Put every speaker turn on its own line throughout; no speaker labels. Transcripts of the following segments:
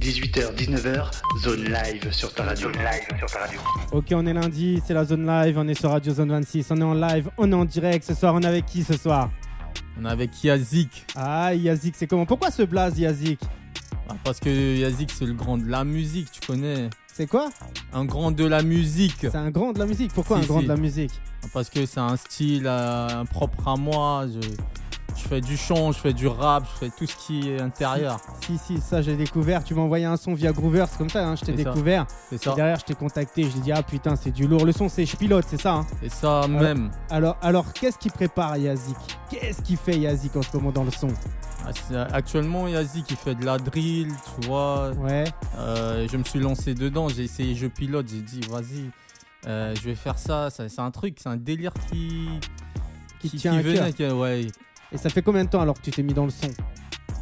18h, 19h, zone live sur ta radio. live sur ta radio.
Ok, on est lundi, c'est la zone live, on est sur Radio Zone 26, on est en live, on est en direct. Ce soir, on est avec qui ce soir
On est avec Yazik.
Ah, Yazik, c'est comment Pourquoi ce blaze, Yazik
Ah, Parce que Yazik, c'est le grand de la musique, tu connais.
C'est quoi
Un grand de la musique.
C'est un grand de la musique. Pourquoi
Si,
un grand
si.
de la musique
Ah, Parce que c'est un style euh, propre à moi. Je, je fais du chant, je fais du rap, je fais tout ce qui est intérieur.
Si, si, ça, j'ai découvert. Tu m'as envoyé un son via Groover, c'est comme ça, hein, je t'ai
C'est ça.
découvert.
C'est
Et
ça.
derrière, je t'ai contacté, je t'ai dit, ah putain, c'est du lourd. Le son, c'est je pilote, c'est ça hein
Et ça même.
Alors, alors qu'est-ce qui prépare Yazik Qu'est-ce qui fait Yazik en ce moment dans le son
Ah, c'est- Actuellement, Yazik, il fait de la drill, tu vois.
Ouais.
Euh, je me suis lancé dedans, j'ai essayé je pilote, j'ai dit vas-y, euh, je vais faire ça, ça- c'est un truc, c'est un délire qui
Qui tient à cœur.
qui- ouais.
Et ça fait combien de temps alors que tu t'es mis dans le son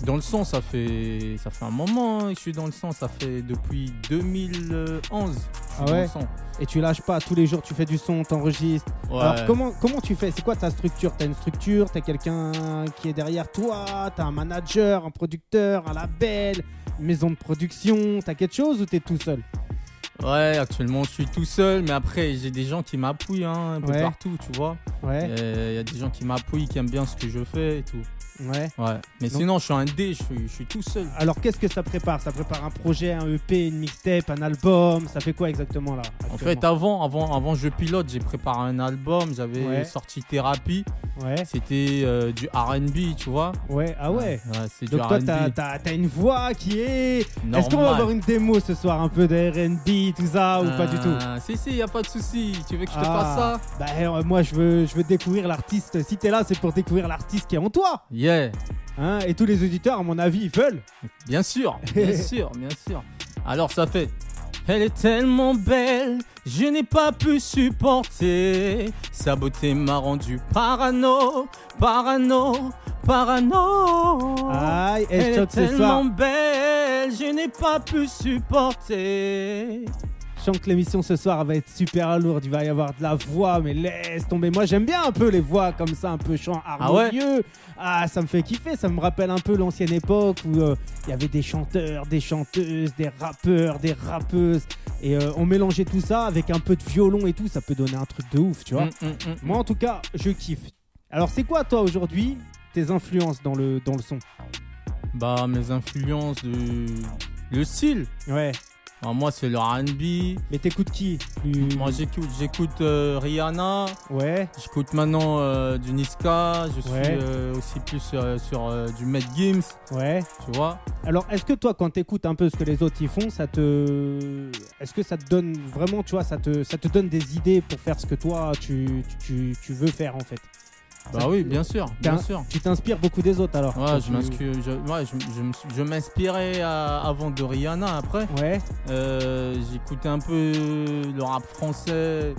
Dans le son, ça fait ça fait un moment hein, que je suis dans le son, ça fait depuis 2011. que je suis
Ah
dans
ouais
le son.
Et tu lâches pas, tous les jours tu fais du son, t'enregistres.
Ouais.
Alors comment, comment tu fais C'est quoi ta structure T'as une structure, t'as quelqu'un qui est derrière toi, t'as un manager, un producteur, un label, une maison de production, t'as quelque chose ou t'es tout seul
Ouais, actuellement je suis tout seul, mais après j'ai des gens qui m'appuient hein, un peu
Ouais.
partout, tu vois. Il
Ouais,
y a des gens qui m'appuient, qui aiment bien ce que je fais et tout.
ouais.
Ouais. Mais
Donc-
sinon je suis un dé, je suis, je suis tout seul.
Alors qu'est-ce que ça prépare Ça prépare un projet, un EP, une mixtape, un album Ça fait quoi exactement là
En
actuellement
fait, avant, avant, avant je pilote, j'ai préparé un album, j'avais
Ouais.
sorti Thérapie,
Ouais,
c'était euh, du R&B, tu vois.
ouais, ah ouais
Ouais, c'est du
donc toi
R&B.
t'as t'as- t'as une voix qui est... Est-ce
normal.
qu'on va avoir une démo ce soir un peu de R&B tout ça Ah, ou pas du tout
Euh, Si, si, y a pas de souci. Tu veux que je te
Ah.
fasse ça
Bah euh, moi je veux, je veux découvrir l'artiste. Si t'es là, c'est pour découvrir l'artiste qui est en toi.
Yeah,
Hein et tous les auditeurs, à mon avis, ils veulent.
bien sûr, bien sûr, bien sûr. Alors ça fait. Elle est tellement belle, je n'ai pas pu supporter. Sa beauté m'a rendu parano, parano, parano.
Aïe, Ah, et je
Elle est
chante ce soir.
tellement belle, je n'ai pas pu supporter.
Je sens que l'émission ce soir elle va être super lourde. Il va y avoir de la voix, mais laisse tomber. Moi j'aime bien un peu les voix comme ça, un peu chant harmonieux. Ah, ça me fait kiffer. Ça me rappelle un peu l'ancienne époque où euh, il y avait des chanteurs, des chanteuses, des rappeurs, des rappeuses. Et euh, on mélangeait tout ça avec un peu de violon et tout. Ça peut donner un truc de ouf, tu vois.
Mm, mm, mm.
Moi, en tout cas, je kiffe. Alors, c'est quoi, toi, aujourd'hui, tes influences dans le, dans le son
Bah, mes influences de. Le style.
Ouais.
Ah, moi, c'est le RB.
Mais t'écoutes qui Plus-
Moi, j'écoute, j'écoute euh, Rihanna.
Ouais.
J'écoute maintenant euh, du Niska. Je suis
Ouais.
euh, aussi plus euh, sur euh, du Matt Gims.
Ouais.
Tu vois
Alors, est-ce que toi, quand t'écoutes un peu ce que les autres y font, ça te. Est-ce que ça te donne vraiment, tu vois, ça te, ça te donne des idées pour faire ce que toi, tu, tu, tu veux faire, en fait
Bah
Ça-
oui, bien sûr,
T'as-
bien sûr.
Tu t'inspires beaucoup des autres, alors quand
Ouais, je
tu-
m'inspire- je, ouais, je- je me suis- je m'inspirais à- avant de Rihanna. Après,
Ouais.
Euh, j'écoutais un peu le rap français.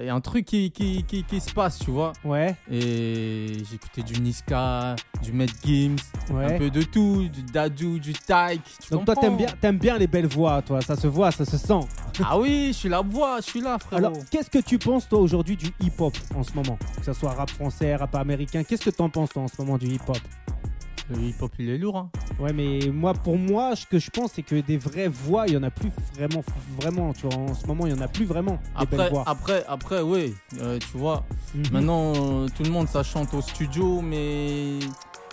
Il y a un truc qui, qui, qui, qui se passe, tu vois.
Ouais.
Et j'écoutais du Niska, du Matt Gims, un
Ouais.
peu de tout, du Dadju, du Tyke. tu
Donc, toi, t'aimes
comprends
bien, t'aimes bien les belles voix, toi. Ça se voit, ça se sent.
Ah oui, je suis la voix, je suis là, frérot.
Alors, qu'est-ce que tu penses, toi, aujourd'hui, du hip-hop en ce moment Que ce soit rap français, rap américain, qu'est-ce que t'en penses, toi, en ce moment, du hip-hop
Le hip-hop, il est lourd. hein.
Ouais, mais moi, pour moi, ce que je pense, c'est que des vraies voix, il y en a plus vraiment, vraiment. Tu vois, en ce moment, il y en a plus vraiment. Des belles
Après,
voix.
après, après, oui, euh, tu vois.
Mhm.
Maintenant, euh, tout le monde, ça chante au studio, mais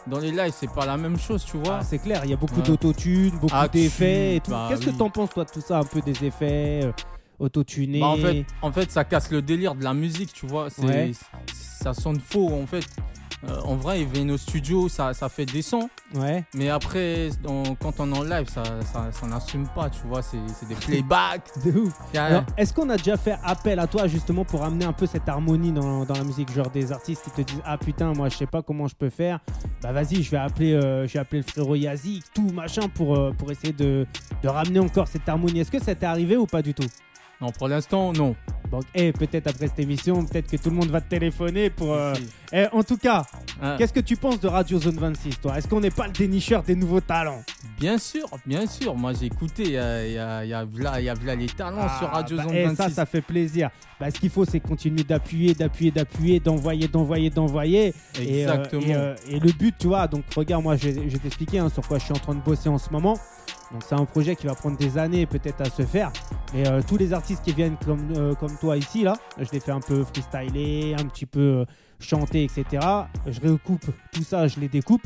dans les lives, c'est pas la même chose, tu vois.
Ah, c'est clair, il y a beaucoup
Ouais.
d'autotune, beaucoup
Ah, tu-
d'effets et tout.
bah
qu'est-ce que
oui.
t'en penses, toi, de tout ça, un peu des effets euh, autotunés
Bah, en, fait, en fait, ça casse le délire de la musique, tu vois. C'est-
Ouais.
Ça sonne faux, en fait. Euh, en vrai, ils viennent au studio, ça, ça fait des sons.
Ouais,
Mais après, on- quand on est en live, ça, ça, ça n'assume pas, tu vois. C'est c'est des playbacks.
de ouf.
Tiens,
Alors, est-ce qu'on a déjà fait appel à toi justement pour amener un peu cette harmonie dans, dans la musique Genre des artistes qui te disent Ah putain, moi je sais pas comment je peux faire, bah vas-y, je vais appeler, euh, je vais appeler le frérot Yazik, tout machin pour, euh, pour essayer de, de ramener encore cette harmonie. Est-ce que ça t'est arrivé ou pas du tout
Non, pour l'instant, non.
Donc, eh, peut-être après cette émission, peut-être que tout le monde va te téléphoner pour. euh,
Ici.
eh, en tout cas,
Hein.
qu'est-ce que tu penses de Radio Zone 26 toi Est-ce qu'on n'est pas le dénicheur des nouveaux talents
Bien sûr, bien sûr. Moi, j'ai écouté. Il y a, il y a, il y a v'là- il y a v'là les talents
Ah,
Oh, sur Radio
bah,
Zone
eh,
26.
ça, ça fait plaisir. Bah, ce qu'il faut, c'est continuer d'appuyer, d'appuyer, d'appuyer, d'envoyer, d'envoyer, d'envoyer. Et, euh,
Exactement.
Et, euh, et le but, tu vois, donc regarde, moi, je, vais je vais t'expliquer hein, sur quoi je suis en train de bosser en ce moment. Donc c'est un projet qui va prendre des années peut-être à se faire. Mais euh, tous les artistes qui viennent comme, euh, comme toi ici, là, je les fais un peu freestyler, un petit peu euh, chanter, etc. Je recoupe tout ça, je les découpe.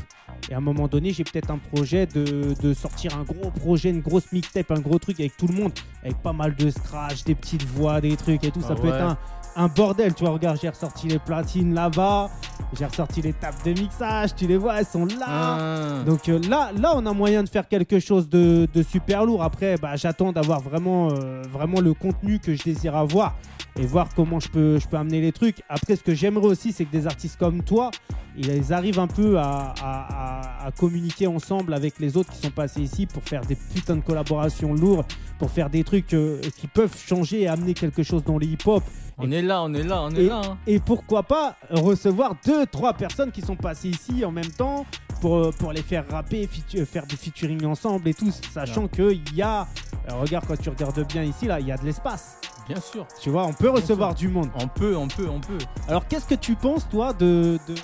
Et à un moment donné, j'ai peut-être un projet de, de sortir un gros projet, une grosse mixtape, un gros truc avec tout le monde, avec pas mal de scratch, des petites voix, des trucs et tout. ça
Ah
peut être
ouais.
un, un bordel. Tu vois, regarde, j'ai ressorti les platines là-bas, j'ai ressorti les tables de mixage, tu les vois, elles sont là.
Ah.
Donc euh, là, là, on a moyen de faire quelque chose de, de super lourd. Après, bah, j'attends d'avoir vraiment, euh, vraiment le contenu que je désire avoir et voir comment je peux, je peux amener les trucs. Après, ce que j'aimerais aussi, c'est que des artistes comme toi, ils arrivent un peu à, à- à- à communiquer ensemble avec les autres qui sont passés ici pour faire des putains de collaborations lourdes, pour faire des trucs euh, qui peuvent changer et amener quelque chose dans le hip-hop.
on est là, on est là, on est là. hein.
Et pourquoi pas recevoir deux, trois personnes qui sont passées ici en même temps pour, euh, pour les faire rapper, featu- euh, faire du featuring ensemble et tout, sachant qu'il y a, euh, regarde quand tu regardes bien ici, là, il y a de l'espace.
Bien sûr.
Tu vois, on peut
Bien
recevoir du monde.
On peut, on peut, on peut.
Alors qu'est-ce que tu penses, toi, de, de,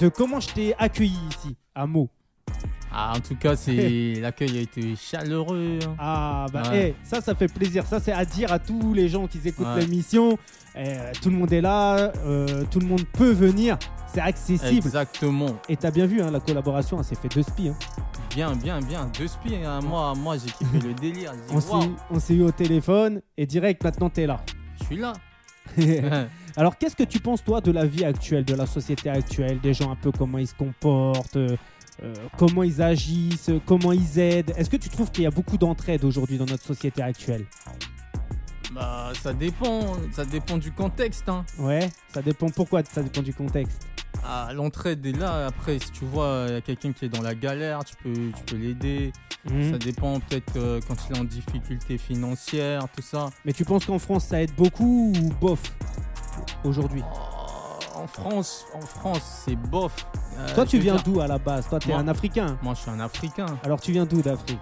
de comment je t'ai accueilli ici, à mots
Ah, en tout cas, c'est l'accueil a été chaleureux. hein.
Ah bah
Ouais.
hey, ça ça fait plaisir, ça c'est à dire à tous les gens qui écoutent
Ouais.
l'émission, Euh, tout le monde est là, euh, tout le monde peut venir, c'est accessible.
Exactement.
Et t'as bien vu, hein, la collaboration, elle s'est fait deux spies. hein.
Bien, bien, bien. Deux spies. hein. Moi, moi, j'ai kiffé le délire. J'ai
On
dit,
s'est-
waouh,
on s'est eu au téléphone et direct, maintenant t'es là.
je suis là.
Alors, qu'est-ce que tu penses, toi, de la vie actuelle, de la société actuelle, des gens un peu comment ils se comportent, euh, euh, comment ils agissent, euh, comment ils aident Est-ce que tu trouves qu'il y a beaucoup d'entraide aujourd'hui dans notre société actuelle
bah, ça dépend. Ça dépend du contexte. hein.
Ouais, ça dépend pourquoi, ça dépend du contexte.
Ah, l'entraide est là. Après, si tu vois, il y a quelqu'un qui est dans la galère, tu peux, tu peux l'aider.
Mhm.
Ça dépend peut-être euh, quand il est en difficulté financière, tout ça.
Mais tu penses qu'en France, ça aide beaucoup ou bof aujourd'hui
Oh, en France, en France, c'est bof. Euh,
Toi,
je
tu
veux
viens
dire,
d'où à la base Toi, t'es
Moi-
un Africain.
Moi, je suis un Africain.
Alors, tu viens d'où d'Afrique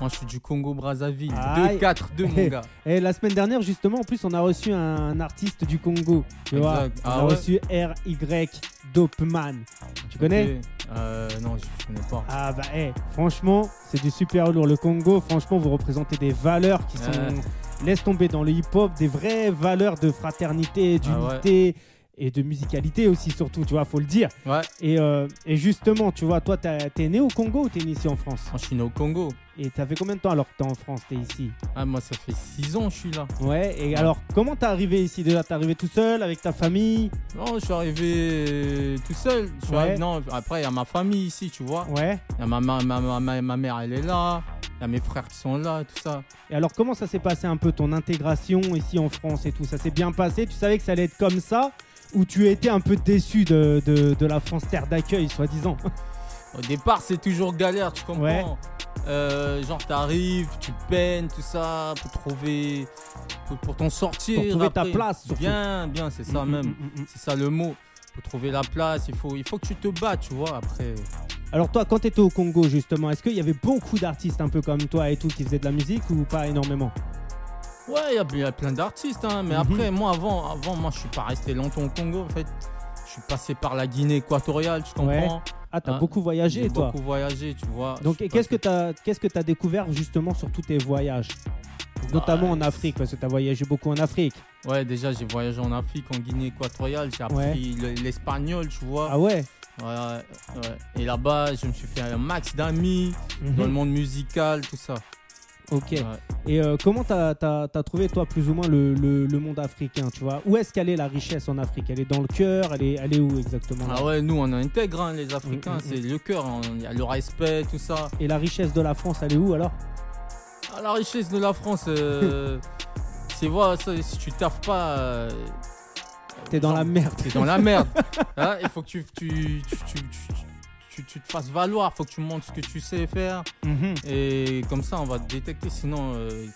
Moi, je suis du Congo Brazzaville.
Aïe.
2-4-2, mon gars.
Et Eh, la semaine dernière, justement, en plus, on a reçu un, artiste du Congo. Tu vois
Exact.
On
Ah
a
ouais
reçu R.Y. Dopeman. Tu connais
Ok. Euh, non, je je connais pas.
Ah bah, eh, franchement, c'est du super lourd. Le Congo, franchement, vous représentez des valeurs qui sont.
Ouais.
Laisse tomber dans le hip-hop, des vraies valeurs de fraternité,
Ah ouais.
d'unité. Et de musicalité aussi, surtout, tu vois, faut le dire.
Ouais,
Et, euh, et justement, tu vois, toi, t'as- t'es né au Congo ou t'es né ici en France
moi, je suis né au Congo.
Et ça fait combien de temps alors que t'es en France, t'es ici
Ah, moi, ça fait 6 ans que je suis là.
Ouais, et alors, comment t'es arrivé ici Déjà, t'es arrivé tout seul, avec ta famille
Non, je suis arrivé euh, tout seul. Je suis
Ouais.
arrivé- non, après, il y a ma famille ici, tu vois.
Ouais.
Il y a ma, ma, ma, ma- ma- ma mère, elle est là. Il y a mes frères qui sont là, tout ça.
Et alors, comment ça s'est passé un peu ton intégration ici en France et tout Ça s'est bien passé Tu savais que ça allait être comme ça Ou tu étais un peu déçu de, de- de la France terre d'accueil, soi-disant
Au départ, c'est toujours galère, tu comprends
Ouais.
Euh, Genre, t'arrives, tu peines, tout ça, pour trouver. pour, pour t'en sortir.
Pour trouver ta
après.
place, surtout.
Bien, bien, c'est ça
Mm,
même.
mm, mm, mm.
C'est ça le mot. Pour trouver la place, il faut, il faut que tu te battes, tu vois. Après,
Alors, toi, quand t'étais au Congo, justement, est-ce qu'il y avait beaucoup d'artistes un peu comme toi et tout qui faisaient de la musique ou pas énormément
ouais, il y a- il y, a plein d'artistes, hein, mais
Mhm.
après, moi, avant, avant, moi, je suis pas resté longtemps au Congo, en fait. Je suis passé par la Guinée équatoriale, tu
Ouais.
comprends
Ah, t'as
Ah,
beaucoup voyagé,
J'ai
toi
beaucoup voyagé, tu vois.
Donc,
Je
et
suis
qu'est-ce que
passé-
t'as qu'est-ce que t'as découvert, justement, sur tous tes voyages Notamment en
Ah, Ouais,
Afrique, parce que t'as voyagé beaucoup en Afrique.
Ouais, déjà, j'ai voyagé en Afrique, en Guinée équatoriale, j'ai
Ouais.
appris le- l'espagnol, tu vois.
Ah ouais
Ouais, ouais. Et là-bas, je me suis fait un max d'amis dans le monde musical, tout ça.
Mhm. Ok.
Ouais.
Et euh, comment t'as as, trouvé, toi, plus ou moins le, le- le monde africain, tu vois Où est-ce qu'elle est la richesse en Afrique Elle est dans le cœur elle est, elle est où exactement là
Ah ouais, nous, on intègre hein, les Africains,
Mm, mm,
c'est le cœur, on- il y a le respect, tout ça.
Et la richesse de la France, elle est où alors
Ah, la richesse de la France, euh, c'est voir, ça, si tu taffes pas. euh,
T'es dans
genre,
la merde.
T'es dans la merde. Hein, il faut que tu, tu, tu, tu, tu- tu- tu te fasses valoir, faut que tu montres ce que tu sais faire.
Mhm.
Mm-hmm. Et comme ça, on va te détecter. Sinon, euh,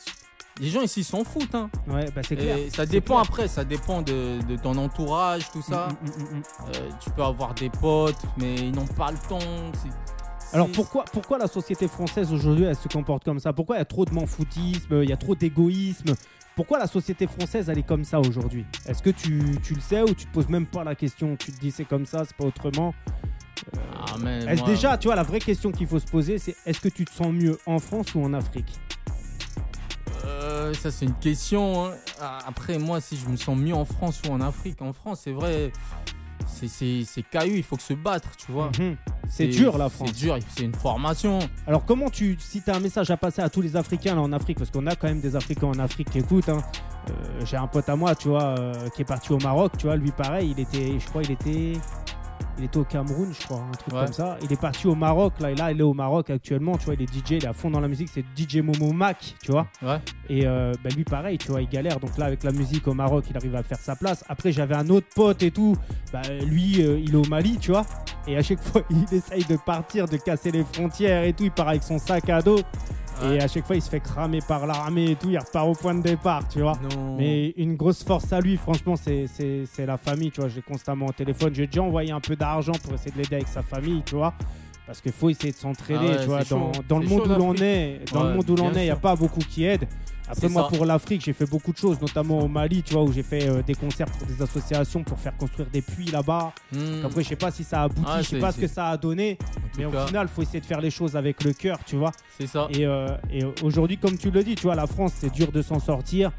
les gens ici s'en foutent. hein.
Ouais, bah c'est clair.
Et ça dépend
clair.
après, ça dépend de, de ton entourage, tout ça.
Mm, mm, mm, mm.
Euh, tu peux avoir des potes, mais ils n'ont pas le temps. c'est-
Alors
c'est-
pourquoi, pourquoi la société française aujourd'hui elle se comporte comme ça Pourquoi il y a trop de manfoutisme, il y a trop d'égoïsme Pourquoi la société française elle est comme ça aujourd'hui Est-ce que tu, tu le sais ou tu te poses même pas la question Tu te dis c'est comme ça, c'est pas autrement
Ah, mais
Est-ce
moi-
déjà, tu vois, la vraie question qu'il faut se poser, c'est est-ce que tu te sens mieux en France ou en Afrique
Euh, ça c'est une question. hein. Ah, Après moi, si je me sens mieux en France ou en Afrique, en France c'est vrai, c'est- c'est c'est KU, il faut que se battre, tu vois.
Mhm. C'est dur la France.
C'est dur, c'est une formation.
Alors comment tu, si tu as un message à passer à tous les Africains là en Afrique, parce qu'on a quand même des Africains en Afrique qui écoutent. hein. Euh, J'ai un pote à moi, tu vois, euh, qui est parti au Maroc, tu vois, lui pareil, il était, je crois, il était, il était au Cameroun, je crois, un truc
Ouais.
comme ça. Il est parti au Maroc, là, et là, il est au Maroc actuellement, tu vois, il est DJ, il est à fond dans la musique, c'est DJ Momo Mac, tu vois.
Ouais.
Et euh, bah, lui, pareil, tu vois, il galère. Donc là, avec la musique au Maroc, il arrive à faire sa place. Après, j'avais un autre pote et tout. Bah, lui, euh, il est au Mali, tu vois. Et à chaque fois, il essaye de partir, de casser les frontières et tout. Il part avec son sac à dos. Et
Ouais.
à chaque fois, il se fait cramer par l'armée et tout. Il repart au point de départ, tu vois.
Non.
Ah, Mais une grosse force à lui, franchement, c'est- c'est c'est la famille, tu vois. J'ai constamment au téléphone. J'ai déjà envoyé un peu d'argent pour essayer de l'aider avec sa famille, tu vois. Parce qu'il faut essayer de s'entraider,
Ah ouais,
tu vois.
c'est
Dans,
chaud.
dans le
C'est
monde
chaud,
où l'on
l'Afrique.
est, dans
Ouais,
le monde où l'on
bien
est, il n'y a
sûr.
pas beaucoup qui aident. Après,
C'est
moi,
ça.
pour l'Afrique, j'ai fait beaucoup de choses, notamment au Mali, tu vois, où j'ai fait euh, des concerts pour des associations pour faire construire des puits là-bas.
Hmm.
Après, je sais pas si ça a abouti,
Ah,
je sais
c'est-
pas ce
c'est-
que ça a donné,
En tout
mais
cas,
au final, faut essayer de faire les choses avec le cœur, tu vois.
c'est ça.
Et, euh, et aujourd'hui, comme tu le dis, tu vois, la France, c'est dur de s'en sortir.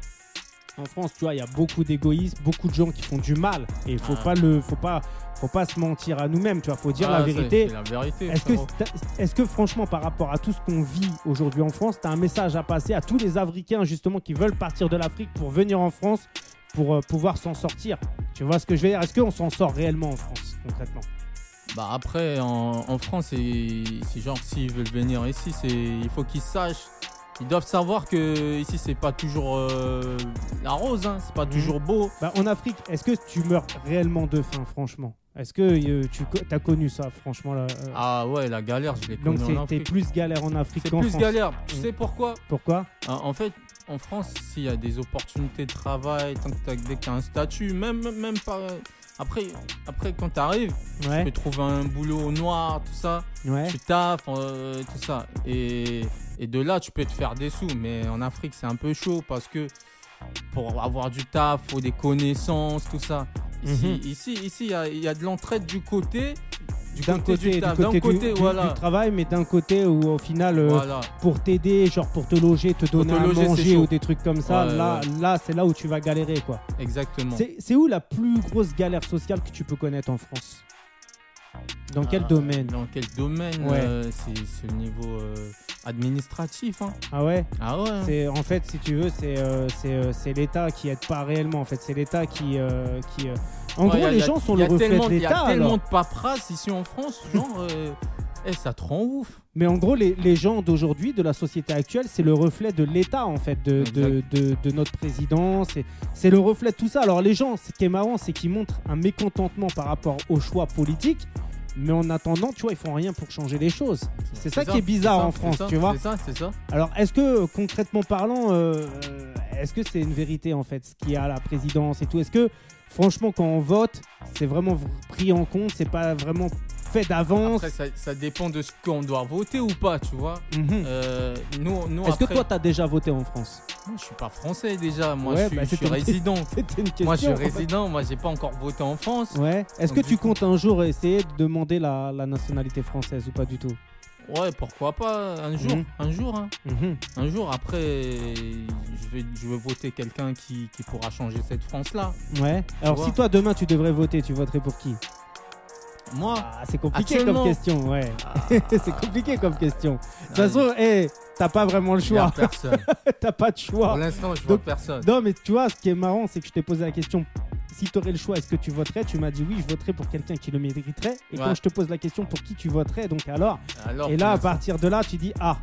En France, tu vois, il y a beaucoup d'égoïsmes, beaucoup de gens qui font du mal. Et faut
Ah.
pas le, faut pas, faut pas se mentir à nous-mêmes, tu vois. Faut dire
Ah,
la
c'est-
vérité.
C'est la vérité.
Est-ce que,
frérot.
t'as- est-ce que franchement, par rapport à tout ce qu'on vit aujourd'hui en France, tu as un message à passer à tous les Africains justement qui veulent partir de l'Afrique pour venir en France pour euh, pouvoir s'en sortir Tu vois ce que je veux dire Est-ce qu'on s'en sort réellement en France concrètement
Bah après, en, en France, c'est c'est genre s'ils veulent venir ici, c'est il faut qu'ils sachent. Ils doivent savoir que ici c'est pas toujours euh, la rose, hein, c'est pas
Mhm.
toujours beau.
Bah, En Afrique, est-ce que tu meurs réellement de faim franchement Est-ce que euh, tu as connu ça franchement là, euh,
Ah ouais, la galère, je l'ai
Donc
connue en
c'était
Afrique.
plus galère en Afrique
C'est
qu'en
plus
France.
galère. Tu
Mhm.
sais pourquoi
Pourquoi
Ah, En fait, en France, s'il y a des opportunités de travail, tant que t'as- dès que t'as un statut, même même pas. euh, Après, après quand t'arrives, tu
Ouais.
peux trouver un boulot au noir, tout ça.
Ouais.
tu taffes, euh, tout ça. Et, et de là, tu peux te faire des sous. Mais en Afrique, c'est un peu chaud parce que pour avoir du taf, faut des connaissances, tout ça. Ici,
Mhm.
ici, ici, il y a- il y, a de l'entraide du côté, du
D'un
côté,
côté,
du
du
taf,
côté
d'un
du,
côté,
du-
voilà.
du travail, mais d'un côté où au final, euh,
voilà.
pour t'aider, genre pour te loger, te donner
te
à
loger, c'est
manger
chaud.
ou des trucs comme ça,
Ouais,
là, là c'est là où tu vas galérer quoi.
exactement.
C'est c'est où la plus grosse galère sociale que tu peux connaître en France Dans quel
Ah,
domaine
Dans quel domaine
Ouais.
euh, C'est c'est le niveau euh, administratif. hein.
Ah ouais
Ah ouais. hein.
C'est en fait si tu veux c'est euh, c'est euh, c'est l'État qui aide pas réellement en fait, c'est l'État qui euh, qui euh, en
Ouais,
gros
y a-
les
y a-
gens sont
y
le
a
reflet
tellement-
de
Il y
l'État
a tellement
alors.
de paperasse ici en France, genre, euh, eh, ça te rend ouf.
Mais en gros les, les gens d'aujourd'hui de la société actuelle, c'est le reflet de l'État en fait de de, de- de notre président, c'est c'est le reflet de tout ça. Alors les gens, ce qui est marrant, c'est qu'ils montrent un mécontentement par rapport aux choix politiques. Mais en attendant, tu vois, ils font rien pour changer les choses. C'est ça qui est bizarre
c'est ça,
en France,
c'est ça,
tu vois.
C'est ça, c'est ça.
Alors, est-ce que, concrètement parlant, euh, euh, est-ce que c'est une vérité, en fait, ce qu'il y a à la présidence et tout Est-ce que, franchement, quand on vote, c'est vraiment v- pris en compte C'est pas vraiment fait d'avance
Après, ça, ça dépend de ce qu'on doit voter ou pas, tu vois.
Mhm.
Euh, nous, nous
Est-ce que
après,
toi, t'as déjà voté en France
moi, je suis pas français déjà. Moi,
Ouais,
je suis,
bah,
je suis
c'était-
résident.
C'était une question.
moi, je suis
en fait.
résident. Moi, j'ai pas encore voté en France.
Ouais. Est-ce que
Donc,
tu
du coup-
comptes un jour essayer de demander la, la nationalité française ou pas du tout
Ouais, pourquoi pas un jour,
Mhm.
un jour, hein.
Mhm.
un jour. Après, je vais, je vais voter quelqu'un qui, qui pourra changer cette France là.
Ouais. Alors,
vois.
si toi, demain, tu devrais voter, tu voterais pour qui
Moi,
Ah, c'est compliqué
Actuellement.
comme question, ouais. c'est compliqué comme question. De toute
ah,
façon, hey, t'as pas vraiment le
je vois
choix.
personne.
t'as pas de
Pour
choix.
l'instant, je vois
Donc,
personne.
Non, mais tu vois, ce qui est marrant, c'est que je t'ai posé la question. Si tu aurais le choix, est-ce que tu voterais Tu m'as dit oui, je voterais pour quelqu'un qui le mériterait. Et
Ouais.
quand je te pose la question pour qui tu voterais, donc alors
Alors,
Et là, à
pour l'instant,
partir de là, tu dis ah,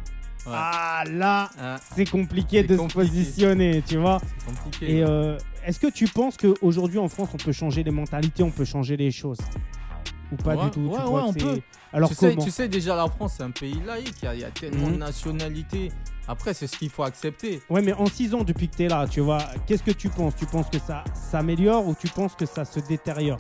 ouais.
ah là,
Ah,
c'est compliqué
C'est
de
compliqué.
se positionner, tu vois.
c'est compliqué.
Et euh, est-ce que tu penses qu'aujourd'hui en France, on peut changer les mentalités, on peut changer les choses Ou pas
Ouais,
du tout Tu
ouais,
crois
ouais,
que
on
c'est-
peut.
Alors
tu, sais,
comment
tu sais, déjà, la France, c'est un pays laïque. Il y a- il y, a tellement
Mhm.
de nationalités. Après, c'est ce qu'il faut accepter.
Ouais, mais en 6 ans depuis que t'es là, tu vois, qu'est-ce que tu penses Tu penses que ça s'améliore ou tu penses que ça se détériore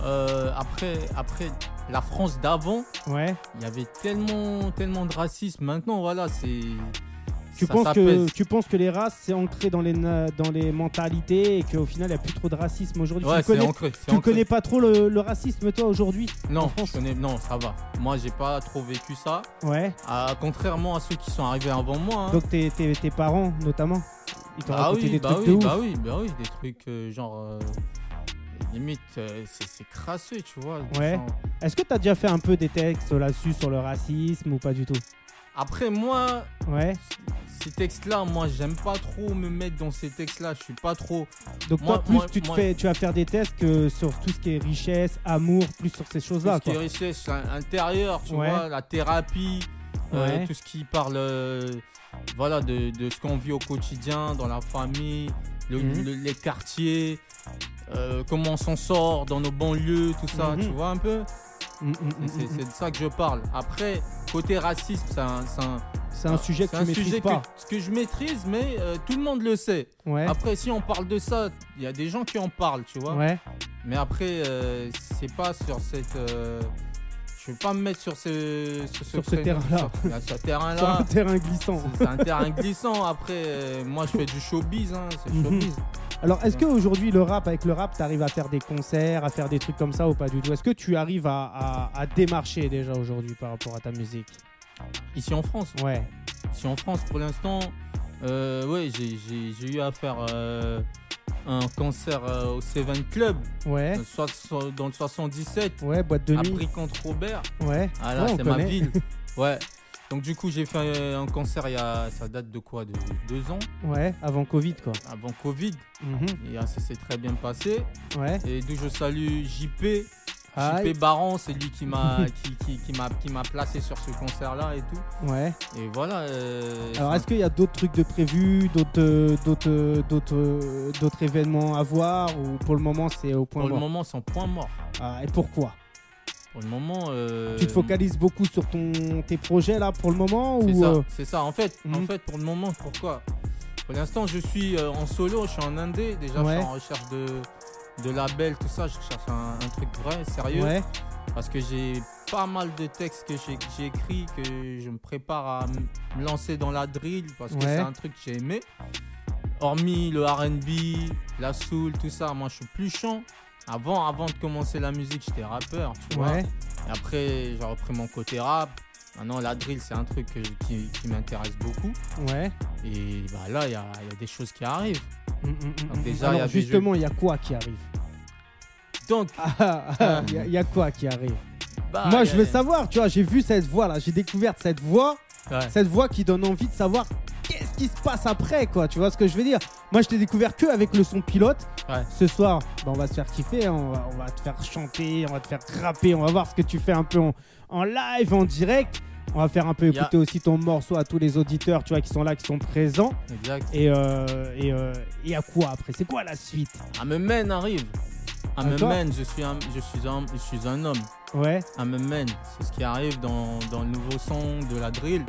Euh, après, après, la France d'avant,
Ouais.
il y avait tellement, tellement de racisme. Maintenant, voilà, c'est.
Tu
Ça
penses, que,
s'apaise.
tu penses que les races, c'est ancré dans les, na- dans les mentalités et qu'au final, il n'y a plus trop de racisme aujourd'hui.
Ouais,
tu connais,
c'est ancré. c'est
tu
ancré.
connais pas trop le, le racisme, toi, aujourd'hui en
Non,
France
je connais- non, ça va. Moi, j'ai pas trop vécu ça.
Ouais.
Ah, contrairement à ceux qui sont arrivés avant moi. hein.
Donc, tes, tes- tes parents, notamment, ils t'ont
bah
raconté
oui,
des
bah
trucs
oui,
de ouf.
bah oui, bah oui, des trucs euh, genre euh, limite euh, c'est c'est crasseux, tu vois. des
Ouais.
gens-
Est-ce que t'as déjà fait un peu des textes là-dessus sur le racisme ou pas du tout
Après moi,
Ouais.
ces textes-là, moi j'aime pas trop me mettre dans ces textes-là. Je suis pas trop.
Donc
Moi-
toi, plus
moi-
tu, te
moi-
fais, tu vas faire des tests que sur tout ce qui est richesse, amour, plus sur ces choses-là.
tout ce qui est
quoi.
richesse in- intérieure, tu
Ouais.
vois, la thérapie, euh,
Ouais.
tout ce qui parle, euh, voilà, de, de ce qu'on vit au quotidien, dans la famille, le-
Mhm.
le- les quartiers, euh, comment on s'en sort dans nos banlieues, tout ça,
Mhm.
tu vois un peu.
Mm, mm,
C'est-
mm,
C'est
mm, mm.
c'est de ça que je parle. Après, côté racisme, c'est un, c'est un-
C'est un sujet que
c'est
tu maîtrises
sujet que,
pas.
que je maîtrise, mais euh, tout le monde le sait.
Ouais.
Après, si on parle de ça, il y a des gens qui en parlent, tu vois.
Ouais.
Mais après, euh, c'est pas sur cette. euh, je veux pas me mettre sur ce,
Sur ce
créneau-
terrain-là.
sur- sur ce terrain-là.
Sur un terrain glissant.
C'est- C'est un terrain glissant. Après, euh, moi, je fais du showbiz. hein, c'est
Mhm.
showbiz.
Alors, est-ce qu'aujourd'hui, le rap, avec le rap, t'arrives à faire des concerts, à faire des trucs comme ça ou pas du tout Est-ce que tu arrives à, à- à démarcher déjà aujourd'hui par rapport à ta musique
Ici en France.
Ouais.
Ici en France, pour l'instant, euh, ouais, j'ai- j'ai j'ai eu à faire euh, un concert euh, au Seven Club,
Ouais.
euh, soit- soit dans le 77,
Ouais, boîte de
à
nuit.
contre Robert.
Ouais.
Ah là,
Ouais, on
c'est ma
connaît.
ville. Ouais. Donc du coup, j'ai fait euh, un concert il y a, ça date de quoi, de deux ans,
Ouais. Avant Covid, quoi.
avant Covid.
Mhm.
Et ah, ça s'est très bien passé.
Ouais.
Et d'où je salue JP.
Aïe.
JP Baron, c'est lui qui m'a qui, qui, qui m'a qui m'a placé sur ce concert-là et tout.
Ouais.
Et voilà. euh,
Alors,
c'est
est-ce qu'il y a d'autres trucs de prévus, d'autres, euh, d'autres, euh, d'autres, euh, d'autres événements à voir ou pour le moment c'est au point
pour le
mort
moment, sans point mort.
Ah, Et pourquoi
Pour le moment. euh,
Tu te focalises beaucoup sur ton, tes projets là pour le moment
C'est
ou
ça.
euh,
C'est ça. En fait, en
Mhm.
fait, pour le moment, pourquoi Pour l'instant, je suis euh, en solo, je suis en indé. Déjà,
Ouais.
je suis en recherche de de label, tout ça. Je cherche un, un truc vrai, sérieux.
Ouais.
Parce que j'ai pas mal de textes que j'ai que j'ai écrits, que je me prépare à m- me lancer dans la drill, parce que
Ouais.
c'est un truc que j'ai aimé. Hormis le RB, la soul, tout ça, moi je suis plus chant. Avant, avant de commencer la musique, j'étais rappeur, tu vois.
Ouais.
Et après, j'ai repris mon côté rap. Maintenant, la drill, c'est un truc que- qui, qui m'intéresse beaucoup.
Ouais.
Et bah, là, il y a, il y a des choses qui arrivent.
Mm, mm, mm,
Donc
mm.
déjà, il y
Alors
a des
justement, il y a quoi qui arrive
Donc,
Ah, ah, Il y, a- il y a quoi qui arrive
bah,
Moi,
il y
je
a-
veux savoir, tu vois, j'ai vu cette voix là, j'ai découvert cette voix,
Ouais.
cette voix qui donne envie de savoir qu'est-ce qui se passe après, quoi. Tu vois ce que je veux dire Moi, je t'ai découvert que avec le son pilote.
Ouais.
Ce soir, bah, on va se faire kiffer, hein, on va, on va te faire chanter, on va te faire rapper, on va voir ce que tu fais un peu en, en live, en direct. On va faire un peu
Y a-
écouter aussi ton morceau à tous les auditeurs, tu vois, qui sont là, qui sont présents.
Exact.
Et euh, et, euh, et à quoi après C'est quoi la suite
Amemen arrive.
D'accord.
Amemen, je suis un, je suis un, je suis un homme.
Ouais,
Amemen, c'est ce qui arrive dans, dans le nouveau son de la drill.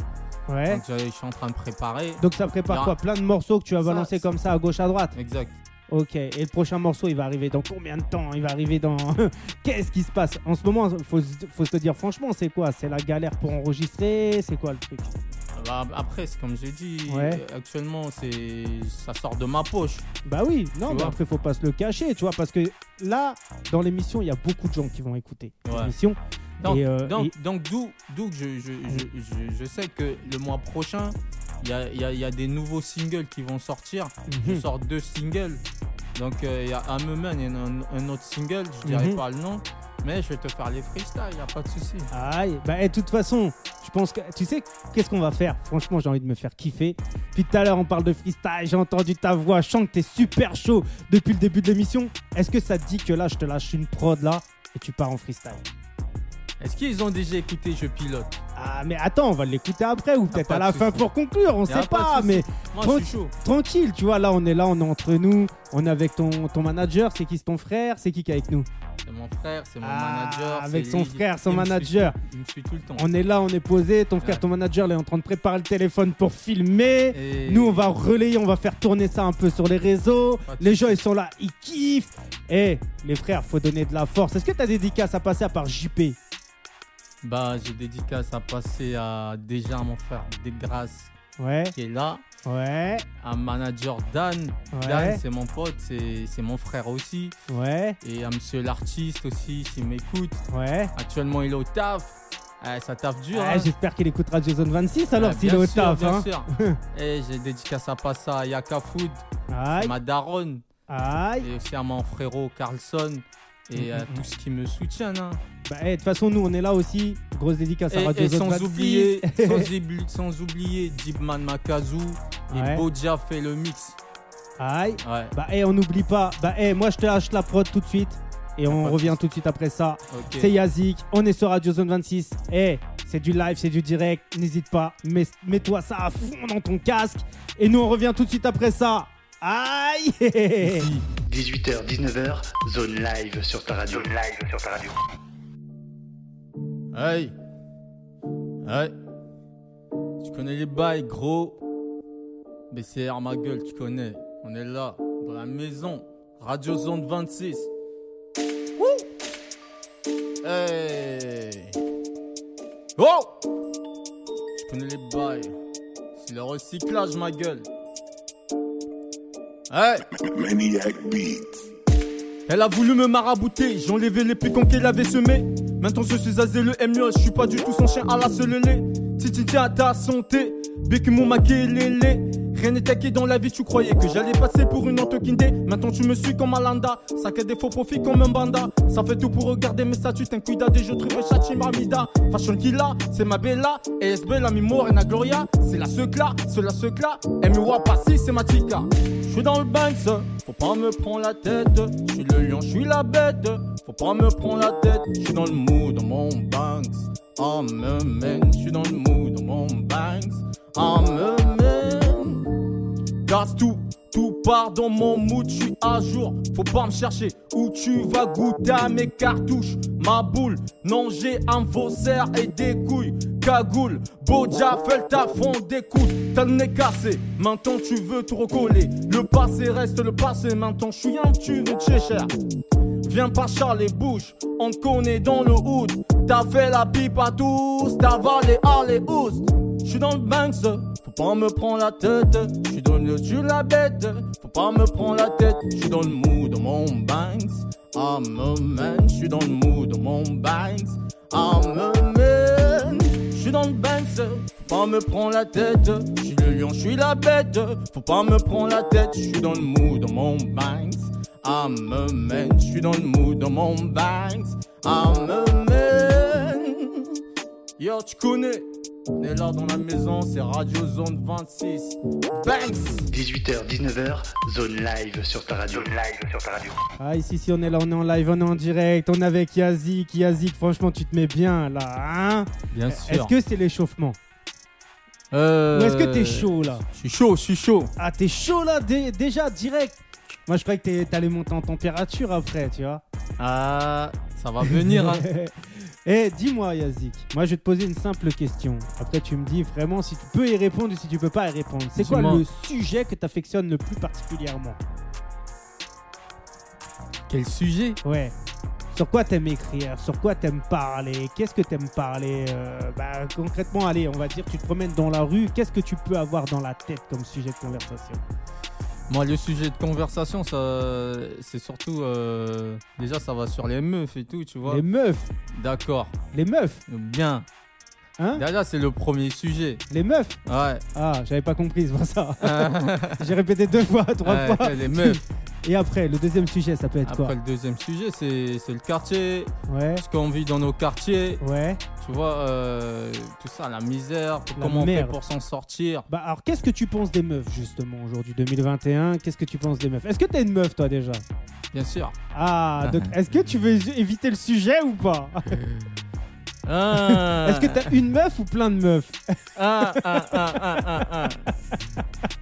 ouais.
Donc, je je suis en train de préparer.
Donc ça prépare
Non.
quoi Plein de morceaux que tu vas
Ça,
balancer
c'est-
comme ça à gauche à droite.
Exact.
Ok, et le prochain morceau, il va arriver dans combien de temps Il va arriver dans... Qu'est-ce qui se passe En ce moment, faut, se- faut se le dire franchement, c'est quoi C'est la galère pour enregistrer C'est quoi le truc
Bah, après, c'est comme j'ai dit,
Ouais.
euh, actuellement, c'est, ça sort de ma poche.
Bah oui, non,
Tu
mais
vois.
après, faut pas se le cacher, tu vois, parce que là, dans l'émission, il y a beaucoup de gens qui vont écouter
Ouais.
l'émission.
Donc,
Et, euh,
donc, donc, d'où, d'où que je, je, je, je, je sais que le mois prochain, il y a, il y, a, il y a des nouveaux singles qui vont sortir. Je
Mhm.
sors deux singles. Donc, euh, il y a Amemen et un, un autre single, je dirais
Mhm.
pas le nom. Mais je vais te faire les freestyles, il n'y a pas de souci.
Aïe, bah et de toute façon, je pense que tu sais qu'est-ce qu'on va faire. Franchement, j'ai envie de me faire kiffer. Puis tout à l'heure, on parle de freestyle. J'ai entendu ta voix, je sens que t'es super chaud depuis le début de l'émission. Est-ce que ça te dit que là, je te lâche une prod là et tu pars en freestyle
Est-ce qu'ils ont déjà écouté Je pilote
Ah mais attends, on va l'écouter après ou peut-être
pas
à
de
la
souci.
fin pour conclure. On
Y a
sait
pas de
pas,
souci.
mais
Moi,
Tranquille.
je suis chaud.
tranquille, tu vois. Là, on est là, on est entre nous. On est avec ton ton manager. C'est qui c'est ton frère C'est qui qui est avec nous
C'est mon frère, c'est mon
Ah,
manager.
avec
c'est
son
lui,
frère,
il
son
me
manager.
suit- il me suit tout le temps.
On est là, on est posé. Ton frère,
Ouais.
ton manager, là, est en train de préparer le téléphone pour filmer.
Et-
Nous, on va relayer, on va faire tourner ça un peu sur les réseaux.
Pas de
Les gens, ils sont là, ils kiffent. Eh, les frères, faut donner de la force. Est-ce que ta dédicace à passer à part JP
Bah, j'ai dédicace à passer à déjà à mon frère Desgraces
Ouais,
qui est là.
ouais,
Un manager Dan. Dan,
ouais,
c'est mon pote, c'est c'est mon frère aussi.
ouais,
Et à monsieur l'artiste aussi, s'il m'écoute.
ouais.
Actuellement, il est au taf. Eh, ça taf dur.
Ah,
hein.
J'espère qu'il écoutera Jason 26 alors
Eh,
s'il est
bien
au
sûr,
taf.
Bien
hein.
sûr. Et j'ai dédicace à Passa, à Yaka Food,
Aïe,
ma daronne,
aïe.
et aussi à mon frérot Carlson, et à
Mm, mm,
tous qui me soutiennent. hein.
Bah, eh, De toute façon, nous on est là aussi. Grosse dédicace à
Et,
Radio
et
Zone
sans
26.
oublier, sans, oubli- sans oublier Deepman Makazu et
Ouais.
Boja fait le mix.
Aïe.
Ouais,
Bah, eh, on n'oublie pas. Bah, eh, moi je te lâche la prod tout de suite. Et
pas
on
de
revient tout de suite après ça.
ok.
C'est Yazik. On est sur Radio Zone 26. Eh, c'est du live, c'est du direct. N'hésite pas. Mets- Mets-toi ça à fond dans ton casque. Et nous on revient tout de suite après ça. Aïe.
18h, 19h, zone live sur ta radio. live sur ta radio.
Hey. Hey. Tu connais les bails, gros. BCR, ma gueule, tu connais. On est là, dans la maison. Radio Zone 26. Wouh. Hey. Oh. Tu connais les bails. C'est le recyclage, ma gueule. Hey.
Maniac Beats.
Elle a voulu me marabouter, j'enlevais les piquants qu'elle avait semés. Maintenant je suis azé le mieux, je suis pas du tout son chien à la selélé. Titi à ta santé, bécu mon maquillé. Rien n'est taqué dans la vie, tu croyais que j'allais passer pour une antokindé. Maintenant tu me suis comme Alanda, sac à des faux profits comme un banda. Ça fait tout pour regarder mes statuts, un cuida des jeux trouve chachi mamida. Fashion Killa, c'est ma bella, ESB, la mimore et la gloria. C'est la secla, c'est la secla, MUA passé, c'est ma chica. Je suis dans le Banks, faut pas me prendre la tête. Je suis le lion, je suis la bête. Faut pas me prendre la tête. Je suis dans le mood, dans mon Banks. Oh me man, je suis dans le mood, dans mon Banks. Oh me man. Casse tout, tout part dans mon mood, je suis à jour. Faut pas me chercher où tu vas goûter à mes cartouches. Ma boule, non, j'ai un faussaire et des couilles. Cagoule, Boja, fait ta fond d'écoute. T'as le nez cassé, maintenant tu veux tout recoller. Le passé reste le passé, maintenant je suis un tu de Cheshire. Viens pas Charles les bouches, on te connaît dans le hood. T'as fait la pipe à tous, t'as avalé à les houstes. J'suis dans le Banks, faut pas me prendre la tête. J'suis dans le j'suis la bête, faut pas me prendre la tête. J'suis dans le mood, dans mon Banks. I'm a man, j'suis dans le mood, dans mon Banks. I'm a man, j'suis dans le Banks. Faut pas me prendre la tête, j'suis le lion, j'suis la bête. Faut pas me prendre la tête, j'suis dans le mood, dans mon Banks. I'm a man, je suis dans le mood, dans mon banks. I'm a man. Yo, tu connais. On est là dans la maison, c'est Radio Zone 26. Banks!
18h, 19h, zone live sur ta radio. live sur ta radio.
Ah, ici, si on est là, on est en live, on est en direct, on est avec Yazik. Yazik, franchement, tu te mets bien là, hein
Bien Euh,
Est-ce que c'est l'échauffement Ou est-ce que t'es chaud là
Je suis chaud, je suis chaud.
Ah, t'es chaud là, dé- déjà, direct Moi, je croyais que t'es- t'allais monter en température après, tu vois.
Ah, ça va venir. hein.
Eh, dis-moi, Yazik, moi, je vais te poser une simple question. Après, tu me dis vraiment si tu peux y répondre ou si tu peux pas y répondre. C'est quoi
Dis-moi.
le sujet que t'affectionnes le plus particulièrement
Quel sujet?
Ouais. Sur quoi t'aimes écrire Sur quoi t'aimes parler Qu'est-ce que t'aimes parler Euh, bah, Concrètement, allez, on va dire, tu te promènes dans la rue. Qu'est-ce que tu peux avoir dans la tête comme sujet de conversation
Moi, le sujet de conversation, ça, c'est surtout. euh, déjà, ça va sur les meufs et tout, tu vois.
Les meufs
D'accord.
Les meufs
Bien.
Hein
Déjà, c'est le premier sujet.
Les meufs
Ouais.
Ah, j'avais pas compris, c'est pour ça. J'ai répété deux fois, trois
Ouais,
fois.
t'as les meufs.
Et après, le deuxième sujet, ça peut être
Après, le deuxième sujet, c'est c'est le quartier,
quoi Ouais,
ce qu'on vit dans nos quartiers,
ouais.
tu vois, euh, tout ça, la misère, pour-
La
comment on
merde.
fait pour s'en sortir.
Bah alors, qu'est-ce que tu penses des meufs, justement, aujourd'hui, 2021 Qu'est-ce que tu penses des meufs Est-ce que t'es une meuf, toi, déjà
Bien sûr.
Ah, donc, est-ce que tu veux éviter le sujet ou pas
Ah.
Est-ce que t'as une meuf ou plein de meufs
Ah, ah, ah, ah, ah, ah.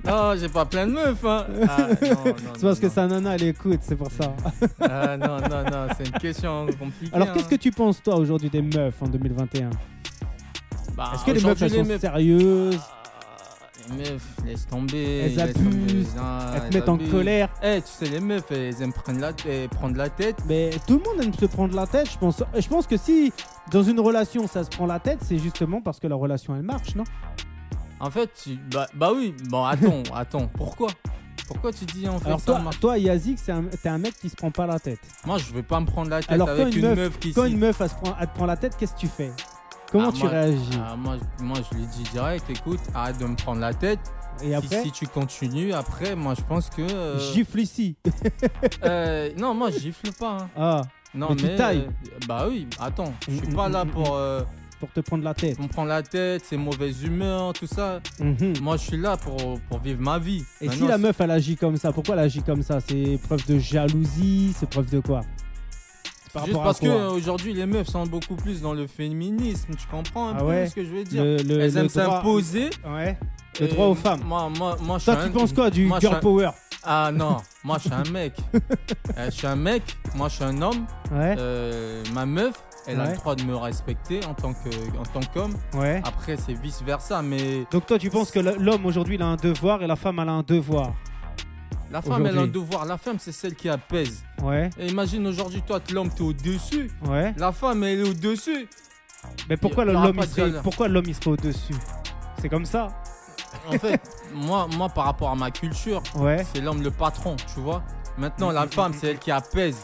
Non, j'ai pas plein de meufs. Hein. Ah, non, non,
C'est
non,
parce que
non.
sa nana, elle écoute, c'est pour ça.
Ah, non, non, non, c'est une question compliquée.
Alors, qu'est-ce que
hein.
tu penses, toi, aujourd'hui, des meufs en 2021
Bah,
Est-ce que les meufs,
aujourd'hui,
elles sont
les meufs-
sérieuses
Ah, Les meufs, laisse tomber.
Elles
laisse tomber.
abusent,
Ah,
Elles te mettent en
abusent.
colère
Eh, tu sais, les meufs, elles aiment prendre la, elles prendre la tête.
Mais tout le monde aime se prendre la tête, je pense. Je pense que si dans une relation ça se prend la tête, c'est justement parce que la relation elle marche, non
En fait, tu... bah, bah oui, bon, attends, attends, pourquoi Pourquoi tu dis en fait
Alors
ça
toi,
marche
toi Yazik, c'est un- t'es un mec qui se prend pas la tête.
Moi, je vais pas me prendre la tête
Alors, quand
avec
une
une
meuf-
meuf, qui
Quand
s'y-
une meuf elle se prend, elle te prend la tête, qu'est-ce que tu fais Comment
Ah,
tu
moi-
réagis
Ah, moi, je- moi, je lui dis direct, écoute, arrête de me prendre la tête.
Et
Si-
après,
si, tu continues, après, moi, je pense que. euh,
gifle ici.
euh, non, moi, je gifle pas. hein.
Ah,
Non,
Mais
mais.
tu tailles.
euh, bah oui, attends, je suis
Mm,
pas
mm,
là
mm,
pour euh,
pour te prendre la tête.
me prendre la tête, ces mauvaises humeurs, tout ça.
Mhm.
Moi, je suis là pour, pour vivre ma vie.
Et si
Maintenant,
la
si-
meuf elle agit comme ça, pourquoi elle agit comme ça C'est preuve de jalousie, c'est preuve de quoi C'est par
Juste
rapport à
parce que
quoi
euh, aujourd'hui les meufs sont beaucoup plus dans le féminisme, tu comprends un
Ah
peu
ouais.
ce que je veux dire
Le- le-
Elles
le
aiment
droit-
s'imposer.
Ouais. Le
et
droit aux femmes.
Moi, moi, moi, je
Toi,
suis
tu
un-
penses quoi du
moi, je suis
girl
un-
power
Ah non, moi je suis un mec. Euh, je suis un mec, moi je suis un homme.
Ouais,
Euh, ma meuf, elle a
Ouais.
le droit de me respecter en tant que en tant qu'homme.
ouais.
Après c'est vice versa, mais
Donc toi, tu penses que le- l'homme aujourd'hui il a un devoir et la femme elle a un devoir.
la femme elle a un
Aujourd'hui.
devoir. La femme c'est celle qui apaise.
Ouais,
Et imagine aujourd'hui toi t'es l'homme t'es au dessus,
ouais.
la femme elle est au dessus.
Mais pourquoi
Il y aura
l'homme
pas
il
de
serait,
dialogue.
pourquoi l'homme il serait au dessus C'est comme ça.
En fait, moi moi par rapport à ma culture,
Ouais.
c'est l'homme le patron, tu vois. Maintenant, la femme, c'est elle qui apaise.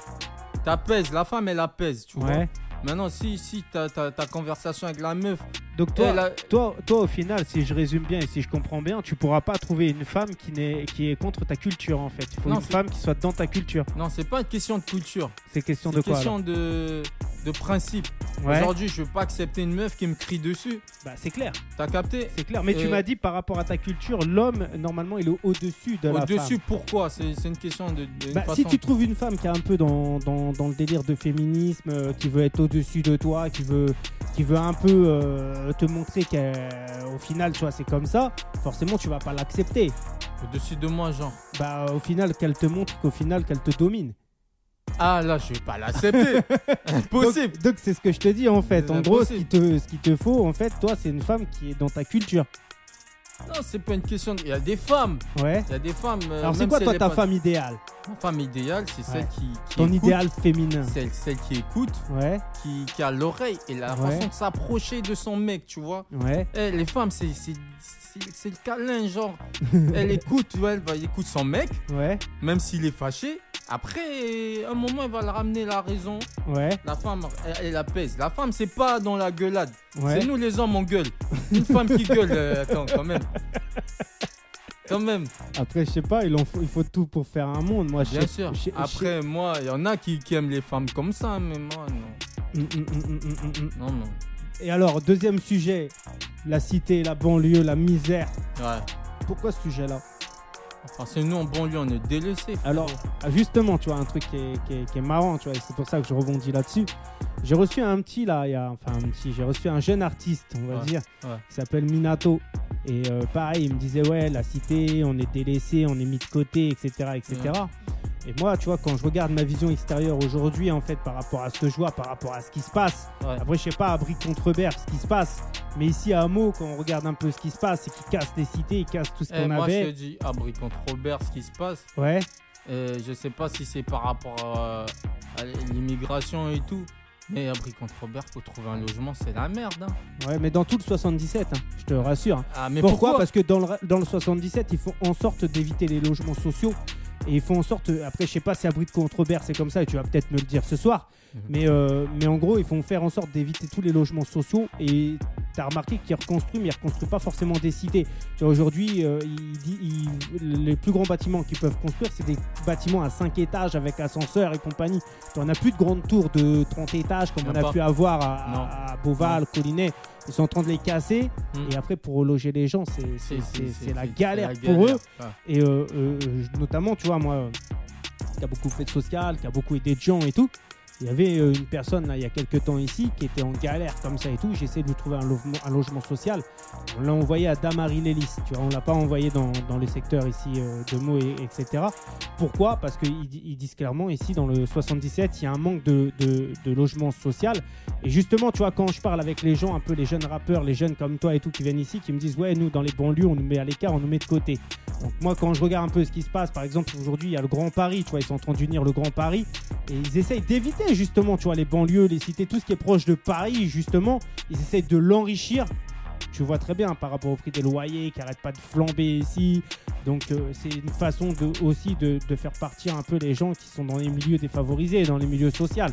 T'apaises, la femme, elle apaise, tu vois.
Ouais.
Maintenant, si, si ta, ta, ta conversation avec la meuf,
Donc toi,
elle a-
toi, toi, au final, si je résume bien et si je comprends bien, tu pourras pas trouver une femme qui n'est qui est contre ta culture en fait. Il faut
Non,
une
c'est-
femme qui soit dans ta culture.
non, c'est pas une question de culture.
C'est question
C'est
de
une
quoi
question de, de principe.
alors Ouais.
Aujourd'hui, je veux pas accepter une meuf qui me crie dessus.
Bah, c'est clair,
T'as capté
c'est clair. Mais tu
Euh,
m'as dit par rapport à ta culture, l'homme normalement il est au-dessus de la femme.
Au-dessus, pourquoi C'est c'est une question de. de- une
Bah, si
façon-
tu trouves une femme qui est un peu dans, dans- dans le délire de féminisme, euh, qui veut être au-dessus de toi, qui veut, qui veut un peu euh, te montrer qu'au final, tu vois, c'est comme ça, forcément, tu vas pas l'accepter.
Au-dessus de moi, genre.
Bah, au final, qu'elle te montre qu'au final, qu'elle te domine.
Ah là, je vais pas l'accepter. Impossible.
Donc, donc, c'est ce que je te dis en fait.
C'est
En gros, ce qui,
impossible.
te, ce qui te faut, en fait, toi, c'est une femme qui est dans ta culture.
Non, c'est pas une question. de- Il y a des femmes.
Ouais.
Il y a des femmes. euh,
Alors, c'est
même
quoi,
si
toi,
elle est
ta
pas-
femme idéale
Ma femme idéale, c'est
Ouais.
celle qui. qui
Ton
écoute,
idéal féminin
celle, celle qui écoute,
Ouais,
qui, qui a l'oreille et la
Ouais.
façon de s'approcher de son mec, tu vois.
ouais.
Eh, les femmes, c'est c'est- c'est- c'est le câlin, genre. elle écoute, tu vois, elle, va, elle écoute son mec,
Ouais,
même s'il est fâché. Après, à un moment, elle va le ramener la raison.
ouais,
La femme, elle, elle apaise. La femme, c'est pas dans la gueulade.
ouais.
C'est nous les hommes, on gueule. Une femme qui gueule, euh, attends, quand même. Quand même,
Après, je sais pas, il, en faut, il faut tout pour faire un monde. Moi, je
bien
sais-
sûr.
je- je-
Après, moi, il y en a qui, qui aiment les femmes comme ça, mais moi, non.
Mm, mm, mm, mm, mm, mm.
Non, non.
Et alors, deuxième sujet, la cité, la banlieue, la misère.
Ouais.
Pourquoi ce sujet-là
Parce que nous, en banlieue, on est délaissés. frère.
Alors, ah, justement, tu vois, un truc qui est, qui est- qui est marrant, tu vois, et c'est pour ça que je rebondis là-dessus. J'ai reçu un petit, là, il y a, enfin, un petit, j'ai reçu un jeune artiste, on va
Ouais,
dire,
ouais.
qui s'appelle Minato. Et euh, pareil, il me disait, ouais, la cité, on est délaissé, on est mis de côté, etc., etc. Et moi, tu vois, quand je regarde ma vision extérieure aujourd'hui, en fait, par rapport à ce que je vois, par rapport à ce qui se passe,
Ouais.
après, je sais pas, à Bric contre Berre, ce qui se passe, mais ici à Hameau, quand on regarde un peu ce qui se passe, c'est qu'ils cassent les cités, ils cassent tout ce
Eh,
qu'on
moi, je te
avait.
dis, abri contre Robert, ce qui se passe.
Ouais,
Euh, je sais pas si c'est par rapport euh, à l'immigration et tout. Mais abri contre Robert, pour trouver un logement, c'est la merde. hein.
ouais, mais dans tout le 77, hein, je te rassure.
Ah, mais
pourquoi,
pourquoi,
Parce que dans le, ra- dans le 77, ils font en sorte d'éviter les logements sociaux. Et ils font en sorte, euh, après je sais pas si à Bric contre Berre c'est comme ça, et tu vas peut-être me le dire ce soir,
Mhm.
mais, euh, mais en gros ils font faire en sorte d'éviter tous les logements sociaux et t'as remarqué qu'ils reconstruisent mais ils reconstruisent pas forcément des cités. Tu vois, aujourd'hui euh, ils di- ils- les plus grands bâtiments qu'ils peuvent construire c'est des bâtiments à 5 étages avec ascenseur et compagnie. Tu en as plus de grandes tours de 30 étages comme
Y en
on
a
a
pas.
pu avoir
Non.
à, à Beauval, Collinet. Ils sont en train de les casser
Hmm.
et après pour loger les gens c'est- Mm. c'est- c'est c'est la galère
c'est la
pour eux.
Ouais.
Et euh, euh, je- notamment, tu vois, moi, euh, qui a beaucoup fait de social, qui a beaucoup aidé de gens et tout, il y avait euh, une personne, là, il y a quelques temps ici, qui était en galère comme ça et tout. J'essaie de lui trouver un logement, un logement social. On l'a envoyé à Damary-Lélis, tu vois. On l'a pas envoyé dans, dans le secteur ici euh, de Meaux, et, etc. Pourquoi Parce qu'ils di- ils disent clairement, ici, dans le 77, il y a un manque de, de, de logement social. Et justement, tu vois, quand je parle avec les gens, un peu les jeunes rappeurs, les jeunes comme toi et tout, qui viennent ici, qui me disent, ouais, nous, dans les banlieues, on nous met à l'écart, on nous met de côté. Donc moi, quand je regarde un peu ce qui se passe, par exemple, aujourd'hui, il y a le Grand Paris, tu vois, ils sont en train d'unir le Grand Paris, et ils essayent d'éviter justement, tu vois, les banlieues, les cités, tout ce qui est proche de Paris, justement, ils essayent de l'enrichir tu vois très bien par rapport au prix des loyers qui n'arrêtent pas de flamber ici. Donc euh, c'est une façon de, aussi de, de faire partir un peu les gens qui sont dans les milieux défavorisés, dans les milieux sociaux.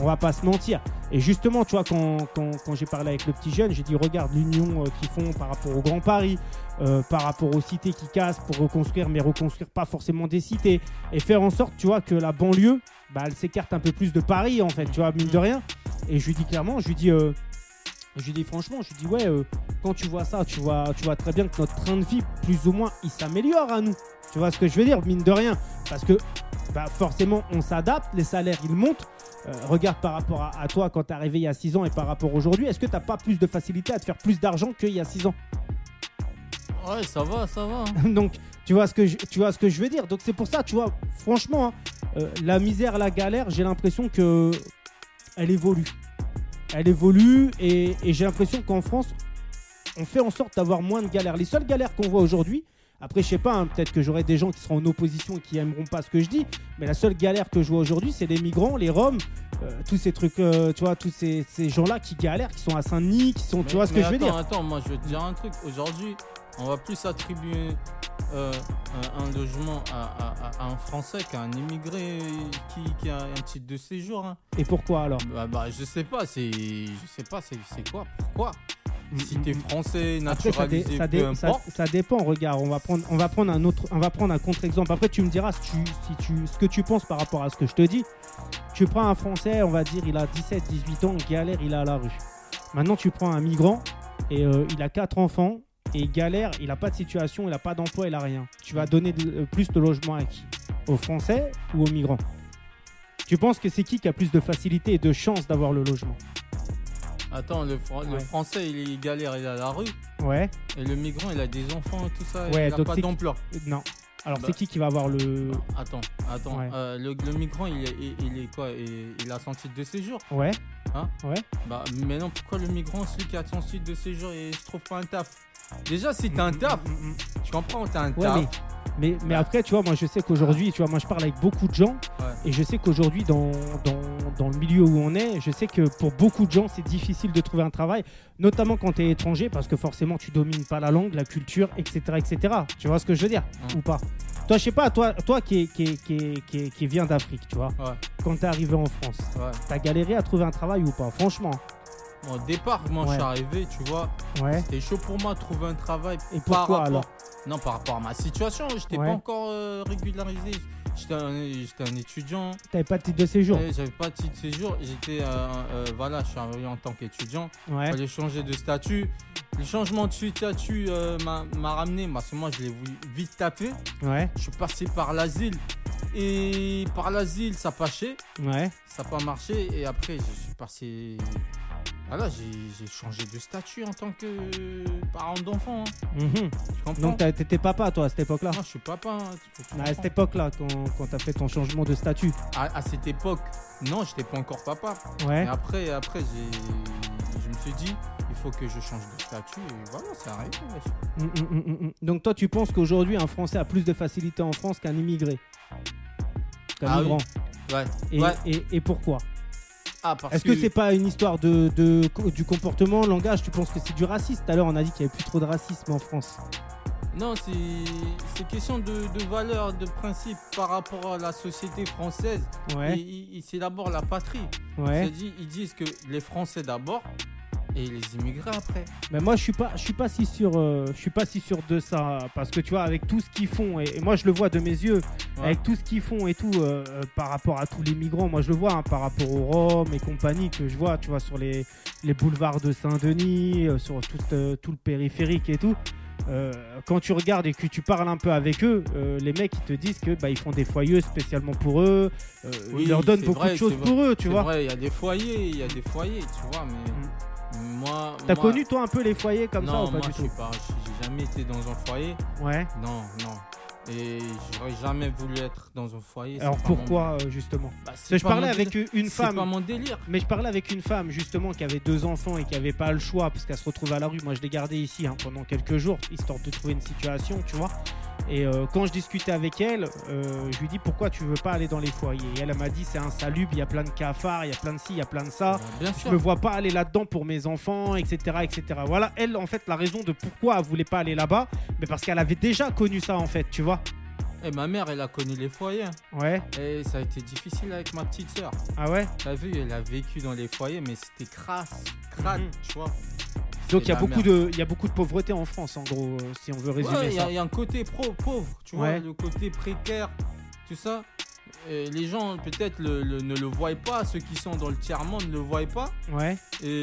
On va pas se mentir. Et justement, tu vois, quand, quand, quand j'ai parlé avec le petit jeune, j'ai dit regarde l'union euh, qu'ils font par rapport au Grand Paris, euh, par rapport aux cités qui cassent pour reconstruire, mais reconstruire pas forcément des cités. Et faire en sorte, tu vois, que la banlieue, bah, elle s'écarte un peu plus de Paris, en fait, tu vois, mine de rien. Et je lui dis clairement, je lui dis. euh, je lui dis franchement, je lui dis ouais, euh, quand tu vois ça, tu vois, tu vois très bien que notre train de vie, plus ou moins, il s'améliore à nous. Tu vois ce que je veux dire, mine de rien. Parce que bah, forcément, on s'adapte, les salaires, ils montent. Euh, regarde par rapport à, à toi quand t'es arrivé il y a 6 ans et par rapport aujourd'hui, est-ce que t'as pas plus de facilité à te faire plus d'argent qu'il y a 6 ans
Ouais, ça va, ça va. hein.
donc, tu vois, ce que je, tu vois ce que je veux dire. Donc, c'est pour ça, tu vois, franchement, hein, euh, la misère, la galère, j'ai l'impression que elle évolue. Elle évolue et, et j'ai l'impression qu'en France, on fait en sorte d'avoir moins de galères. Les seules galères qu'on voit aujourd'hui, après, je sais pas, hein, peut-être que j'aurai des gens qui seront en opposition et qui aimeront pas ce que je dis, mais la seule galère que je vois aujourd'hui, c'est les migrants, les Roms, euh, tous ces trucs, euh, tu vois, tous ces, ces gens-là qui galèrent, qui sont à Saint-Denis, qui sont, tu
Mais-
vois ce que
mais
je veux
attends,
dire
Attends, moi je vais te dire un truc. Aujourd'hui, on va plus attribuer euh, un un logement à, à- à- à un Français qu'à un immigré qui, qui a un titre de séjour. hein.
Et pourquoi alors
Bah, bah, je sais pas, c'est, je sais pas, c'est, c'est quoi, pourquoi Si t'es français,
Mm, Après, ça, dé-
naturalisé,
ça,
peu
dé- ça-
importe.
ça dépend. Regarde, on va prendre, on va prendre un autre, on va prendre un contre-exemple. Après, tu me diras si tu, si tu- ce que tu penses par rapport à ce que je te dis. Tu prends un Français, on va dire, il a 17, 18 ans, galère, il est à la rue. Maintenant, tu prends un migrant et euh, il a quatre enfants et il galère, il n'a pas de situation, il n'a pas d'emploi, il a rien. Tu vas donner de- euh, plus de logement à qui Aux Français ou aux migrants Tu penses que c'est qui qui a plus de facilité et de chance d'avoir le logement
Attends, le, Fran- le
Ouais.
français il est galère, il est à la rue,
Ouais.
et le migrant il a des enfants et tout ça,
Ouais,
il a
donc
pas
c'est-
d'emploi.
Euh, Non. Alors,
Bah.
c'est qui qui va avoir le.
Attends, attends,
Ouais.
euh, le, le migrant il est, il, il est quoi il, il a son titre de séjour.
Ouais.
Bah, mais non, pourquoi le migrant, celui qui a son titre de séjour et se trouve pas un taf Déjà, si t'as un taf, tu comprends, t'as un
Ouais,
taf.
mais, mais, mais après, tu vois, moi je sais qu'aujourd'hui, tu vois, moi je parle avec beaucoup de gens
Ouais.
et je sais qu'aujourd'hui, dans, dans, dans le milieu où on est, je sais que pour beaucoup de gens, c'est difficile de trouver un travail, notamment quand tu es étranger parce que forcément, tu domines pas la langue, la culture, etc. etc. Tu vois ce que je veux dire
Mm.
ou pas Toi, je sais pas, toi, toi qui, est- qui, est- qui, est- qui, est- qui vient d'Afrique, tu vois,
Ouais.
quand tu es arrivé en France,
Ouais.
tu as galéré à trouver un travail ou pas Franchement,
Bon, au départ, moi, je suis
Ouais.
arrivé, tu vois,
ouais.
c'était chaud pour moi de trouver un travail.
Et
par
pourquoi
rapport...
alors
Non, par rapport à ma situation, j'étais
Ouais.
pas encore euh, régularisé. J'étais un, j'étais un étudiant,
T'avais pas de titre de séjour
euh, j'avais pas de titre de séjour, j'étais, euh, euh, voilà, je suis arrivé en tant qu'étudiant.
Ouais.
fallait changer de statut. Le changement de statut euh, m'a m'a ramené, parce que moi, je l'ai voulu vite taper.
Ouais.
Je suis passé par l'asile. Et par l'asile, ça pâchait.
Ouais.
Ça n'a pas marché. Et après, je suis passé. Voilà, j'ai j'ai changé de statut en tant que parent d'enfant. hein.
Mhm.
Tu comprends
Donc t'as- Ah, t'étais papa toi à cette époque-là
Moi, je suis papa. hein. Tu- tu
Mais à
comprends
cette époque-là, quand, quand t'as fait ton changement de statut.
À- à cette époque, non, j'étais pas encore papa.
Ouais.
Et après, après j'ai- je me suis dit, il faut que je change de statut. Et voilà, c'est arrivé. wesh.
Mm, mm, mm, mm, mm. Donc toi, tu penses qu'aujourd'hui, un Français a plus de facilité en France qu'un immigré Qu'un
Ah oui.
migrant.
Ouais.
Et,
Ouais.
et- et pourquoi
Ah, parce
Est-ce que c'est pas une histoire de, de- du comportement, langage Tu penses que c'est du racisme Tout à l'heure, on a dit qu'il y avait plus trop de racisme en France.
Non, c'est c'est question de, de valeur, de principe par rapport à la société française.
Ouais.
Et- et- et c'est d'abord la patrie.
Ouais.
C'est-à-dire, ils disent que les Français d'abord et les immigrés après.
Mais moi, je suis pas, je suis pas si sûr, euh, je suis pas si sûr de ça, parce que tu vois, avec tout ce qu'ils font, et, et moi je le vois de mes yeux,
Ouais.
avec tout ce qu'ils font et tout, euh, euh, par rapport à tous les migrants, moi je le vois, hein, par rapport aux Roms et compagnie que je vois, tu vois, sur les, les boulevards de Saint-Denis, euh, sur tout, euh, tout le périphérique et tout. euh, quand tu regardes et que tu parles un peu avec eux, euh, les mecs ils te disent que bah, ils font des foyers spécialement pour eux, euh,
Oui,
ils leur donnent
c'est
beaucoup
vrai,
de choses
c'est
pour eux, tu
C'est
vois.
vrai, il y a des foyers, il y a des foyers, tu vois, mais moi.
Mm. T'as
moi-
connu toi un peu les foyers comme
non,
ça ou pas
moi,
du
je suis
tout
pas, j'ai jamais été dans un foyer.
Ouais.
Non, non. Et j'aurais jamais voulu être dans un foyer.
Alors
c'est pas
pourquoi euh, justement
mon- Bah, c'est
Parce que je
pas mon
parlais avec
délire.
une
C'est pas
femme.
mon délire.
Mais je parlais avec une femme justement qui avait deux enfants et qui avait pas le choix parce qu'elle se retrouvait à la rue. Moi, je l'ai gardée ici hein, pendant quelques jours histoire de trouver une situation, tu vois. Et euh, quand je discutais avec elle, euh, je lui dis pourquoi tu veux pas aller dans les foyers. Et elle, elle m'a dit c'est insalubre, il y a plein de cafards, il y a plein de ci, il y a plein de ça.
Bien
Ah. Je
sûr.
me vois pas aller là-dedans pour mes enfants, etc., etc. Voilà, elle en fait la raison de pourquoi elle voulait pas aller là-bas, mais parce qu'elle avait déjà connu ça en fait, tu vois.
Et Eh, ma mère, elle a connu les foyers.
Ouais.
Et ça a été difficile avec ma petite sœur.
Ah ouais.
T'as vu, elle a vécu dans les foyers, mais c'était crasse, crade,
Mhm.
tu vois.
Donc il y a
la
beaucoup
merde.
de, il y a beaucoup de pauvreté en France en gros, euh, si on veut résumer
Ouais, il y,
ça.
a- il y a un côté pro pauvre, tu vois,
Ouais.
le côté précaire, tout ça. Et les gens peut-être le- le- ne le voient pas, ceux qui sont dans le tiers-monde ne le voient pas.
Ouais.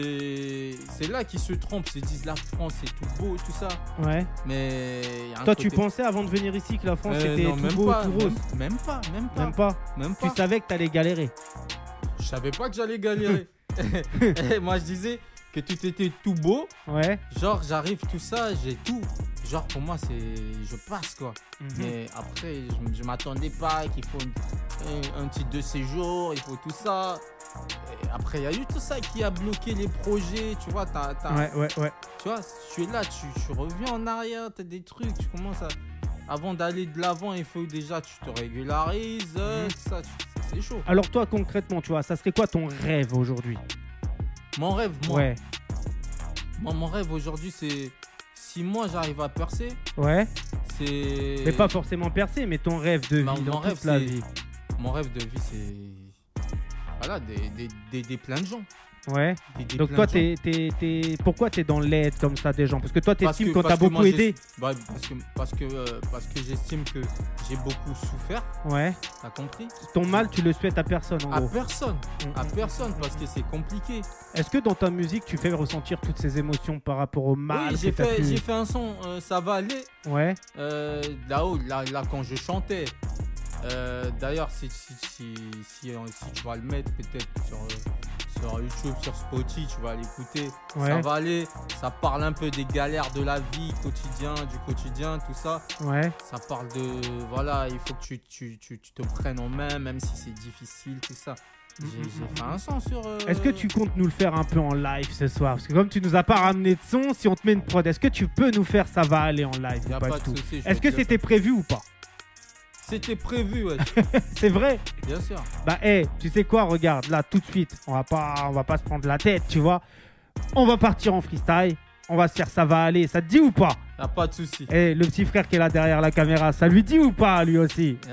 Et c'est là qu'ils se trompent, ils se disent la France c'est tout beau, tout ça.
Ouais.
Mais il y a un
Toi, tu
côté-
pensais avant de venir ici que la France
Euh,
était
non,
tout
même
beau,
pas,
tout rose.
Même, même pas, même pas,
Même pas.
même
Tu
pas.
savais que t'allais galérer.
Je savais pas que j'allais galérer. Et Moi je disais que tout était tout beau,
Ouais.
genre j'arrive tout ça, j'ai tout. Genre pour moi c'est, je passe quoi.
Mhm.
Mais après, je, je m'attendais pas qu'il faut une- un, un titre de séjour, il faut tout ça. Et après, il y a eu tout ça qui a bloqué les projets, tu vois. t'as- t'as-
Ouais, ouais, ouais.
Tu vois, tu es là, tu, tu reviens en arrière, tu as des trucs, tu commences à. Avant d'aller de l'avant, il faut déjà tu te régularises, euh,
Mhm.
tout ça, tu- c'est chaud.
Alors toi, concrètement, tu vois, ça serait quoi ton rêve aujourd'hui
Mon rêve, moi,
Ouais.
moi, mon rêve aujourd'hui, c'est. Si moi j'arrive à percer,
Ouais.
c'est.
Mais pas forcément percé, mais ton rêve de vie,
Bah,
dans
mon
toute
rêve,
la
c'est-
vie.
Mon rêve de vie, c'est. Voilà, des, des, des, des plein de gens.
Ouais.
Des- des
Donc
plein
toi,
de gens.
t'es, t'es, t'es- pourquoi t'es dans l'aide comme ça des gens Parce que toi,
Parce
t'estimes
que-
qu'on t'a
parce que
beaucoup
moi, j'ai-
aidé.
Bah, parce que parce que euh, parce que j'estime que j'ai beaucoup souffert,
Ouais.
t'as compris
Ton mal, tu le souhaites à personne en
À
gros.
personne,
Mm,
Ah, à
mm.
personne, parce que c'est compliqué.
Est-ce que dans ta musique, tu fais ressentir toutes ces émotions par rapport au mal
oui,
que
j'ai
t'as
fait
pu-
j'ai fait un son, euh, ça va aller.
Ouais.
Euh, Là-haut, là, là quand je chantais. Euh, D'ailleurs, si si, si, si euh, si tu vas le mettre peut-être sur euh, sur YouTube, sur Spotify, tu vas l'écouter. Ça
Ouais.
va aller. Ça parle un peu des galères de la vie quotidien, du quotidien, tout ça.
Ouais.
Ça parle de. Voilà, il faut que tu, tu, tu, tu te prennes en main, même si c'est difficile, tout ça. J'ai
Mm, mm,
j'ai
mm,
fait
mm.
un son sur. euh,
Est-ce que tu comptes nous le faire un peu en live ce soir Parce que comme tu nous as pas ramené de son, si on te met une prod, est-ce que tu peux nous faire ça va aller en live
Y
ou
a
pas
pas
du
de
tout
souci, je
Est-ce
vais
que
te le
c'était prévu ou pas
faire. C'était prévu, ouais,
C'est vrai
bien sûr.
Bah hé, tu sais quoi, regarde, là tout de suite, on va pas on va pas se prendre la tête, tu vois. On va partir en freestyle, on va se faire ça va aller, ça te dit ou pas
Y a pas de souci.
Eh, le petit frère qui est là derrière la caméra, ça lui dit ou pas lui aussi